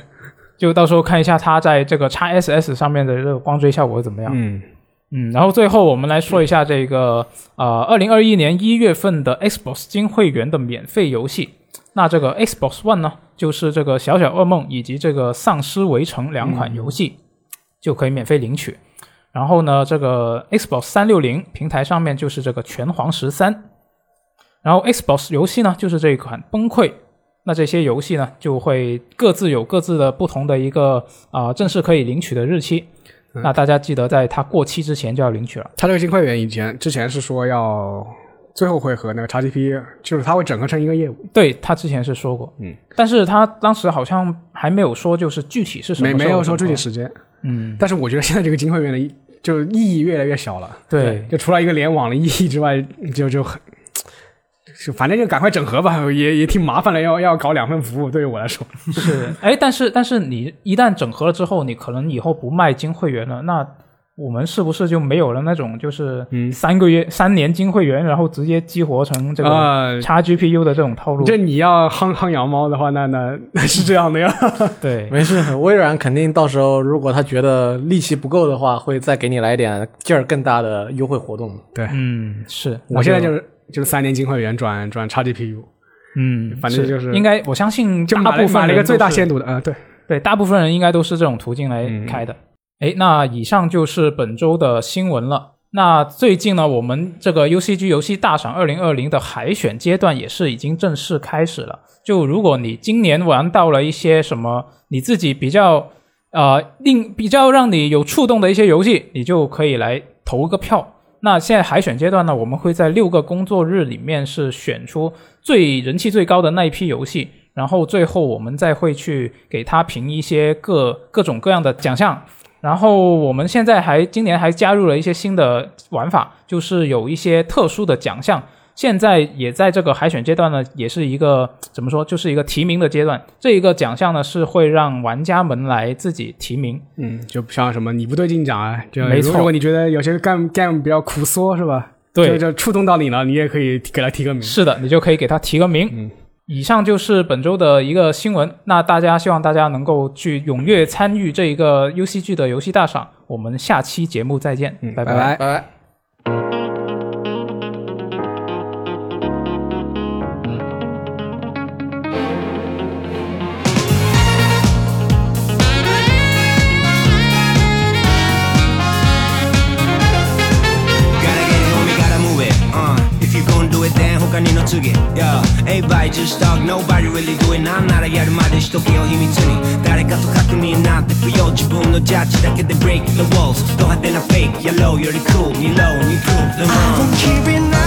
Speaker 1: 就到时候看一下它在这个 x SS 上面的这个光追效果怎么样。
Speaker 2: 嗯，
Speaker 1: 嗯，然后最后我们来说一下这个呃，二零二一年一月份的 Xbox 金会员的免费游戏。那这个 Xbox One 呢，就是这个《小小噩梦》以及这个《丧尸围城》两款游戏、就可以免费领取。然后呢，这个 Xbox 三六零平台上面就是这个《拳皇十三》，然后 Xbox 游戏呢就是这一款《崩溃》。那这些游戏呢，就会各自有各自的不同的一个啊、呃正式可以领取的日期。那大家记得在它过期之前就要领取了。
Speaker 2: 它这个金会员以前之前是说要最后会和那个 XGP，就是它会整合成一个业务，
Speaker 1: 对他之前是说过，
Speaker 2: 嗯，
Speaker 1: 但是他当时好像还没有说就是具体是什么
Speaker 2: 没
Speaker 1: 时候
Speaker 2: 没有说
Speaker 1: 整
Speaker 2: 具
Speaker 1: 合
Speaker 2: 体，时间。
Speaker 1: 嗯，
Speaker 2: 但是我觉得现在这个金会员的意就意义越来越小了，
Speaker 1: 对，
Speaker 2: 就除了一个联网的意义之外，就就很。就反正就赶快整合吧，也也挺麻烦的，要要搞两份服务，对于我来说，
Speaker 1: 是，哎，但是但是你一旦整合了之后，你可能以后不卖金会员了，那我们是不是就没有了那种就是三个月、三年金会员，然后直接激活成这个
Speaker 2: 啊，
Speaker 1: XGPU 的这种套路？
Speaker 2: 这你要薅薅羊毛的话，那那那是这样的呀。
Speaker 1: 对，
Speaker 3: 没事，微软肯定到时候如果他觉得力气不够的话，会再给你来点劲儿更大的优惠活动。
Speaker 1: 嗯，是，
Speaker 2: 我现 在
Speaker 1: 那
Speaker 2: 就是就是三年金会员转转 XGPU，
Speaker 1: 嗯，
Speaker 2: 反正
Speaker 1: 是
Speaker 2: 就是
Speaker 1: 应该我相信
Speaker 2: 就
Speaker 1: 大
Speaker 2: 买
Speaker 1: 部
Speaker 2: 了
Speaker 1: 分
Speaker 2: 买了一个
Speaker 1: 人
Speaker 2: 最
Speaker 1: 都
Speaker 2: 大
Speaker 1: 是
Speaker 2: 限度的啊、对，
Speaker 1: 对，大部分人应该都是这种途径来开的。哎、那以上就是本周的新闻了。那最近呢，我们这个 UCG 游戏大赏2020的海选阶段也是已经正式开始了。就如果你今年玩到了一些什么你自己比较呃令比较让你有触动的一些游戏，你就可以来投个票。那现在海选阶段呢，我们会在六个工作日里面是选出最人气最高的那一批游戏，然后最后我们再会去给它评一些各各种各样的奖项。然后我们现在还今年还加入了一些新的玩法，就是有一些特殊的奖项。现在也在这个海选阶段呢，也是一个怎么说，就是一个提名的阶段。这一个奖项呢是会让玩家们来自己提名，
Speaker 2: 嗯，就像什么你不对劲讲啊，就
Speaker 1: 没错
Speaker 2: 如果你觉得有些干 game 比较苦涩是吧？
Speaker 1: 对
Speaker 2: 就就触动到你了，你也可以给他提个名。
Speaker 1: 是的，你就可以给它提个名。
Speaker 2: 嗯
Speaker 1: 以上就是本周的一个新闻，那大家希望大家能够去踊跃参与这一个 UCG 的游戏大赏，我们下期节目再见，
Speaker 2: 嗯，
Speaker 1: 拜
Speaker 2: 拜
Speaker 3: 拜拜。
Speaker 4: Gotta get it, homie, gotta move it. Uh, if you gon' do it, then who can you not to get? Yeah, everybody just talk, nobody really do it. なんならやるまでしとけよ、秘密に。誰かと確認なんて不要、自分のジャッジだけで break the walls。ド派手な fake、yellow より cool、に low、に cool。I don't care enough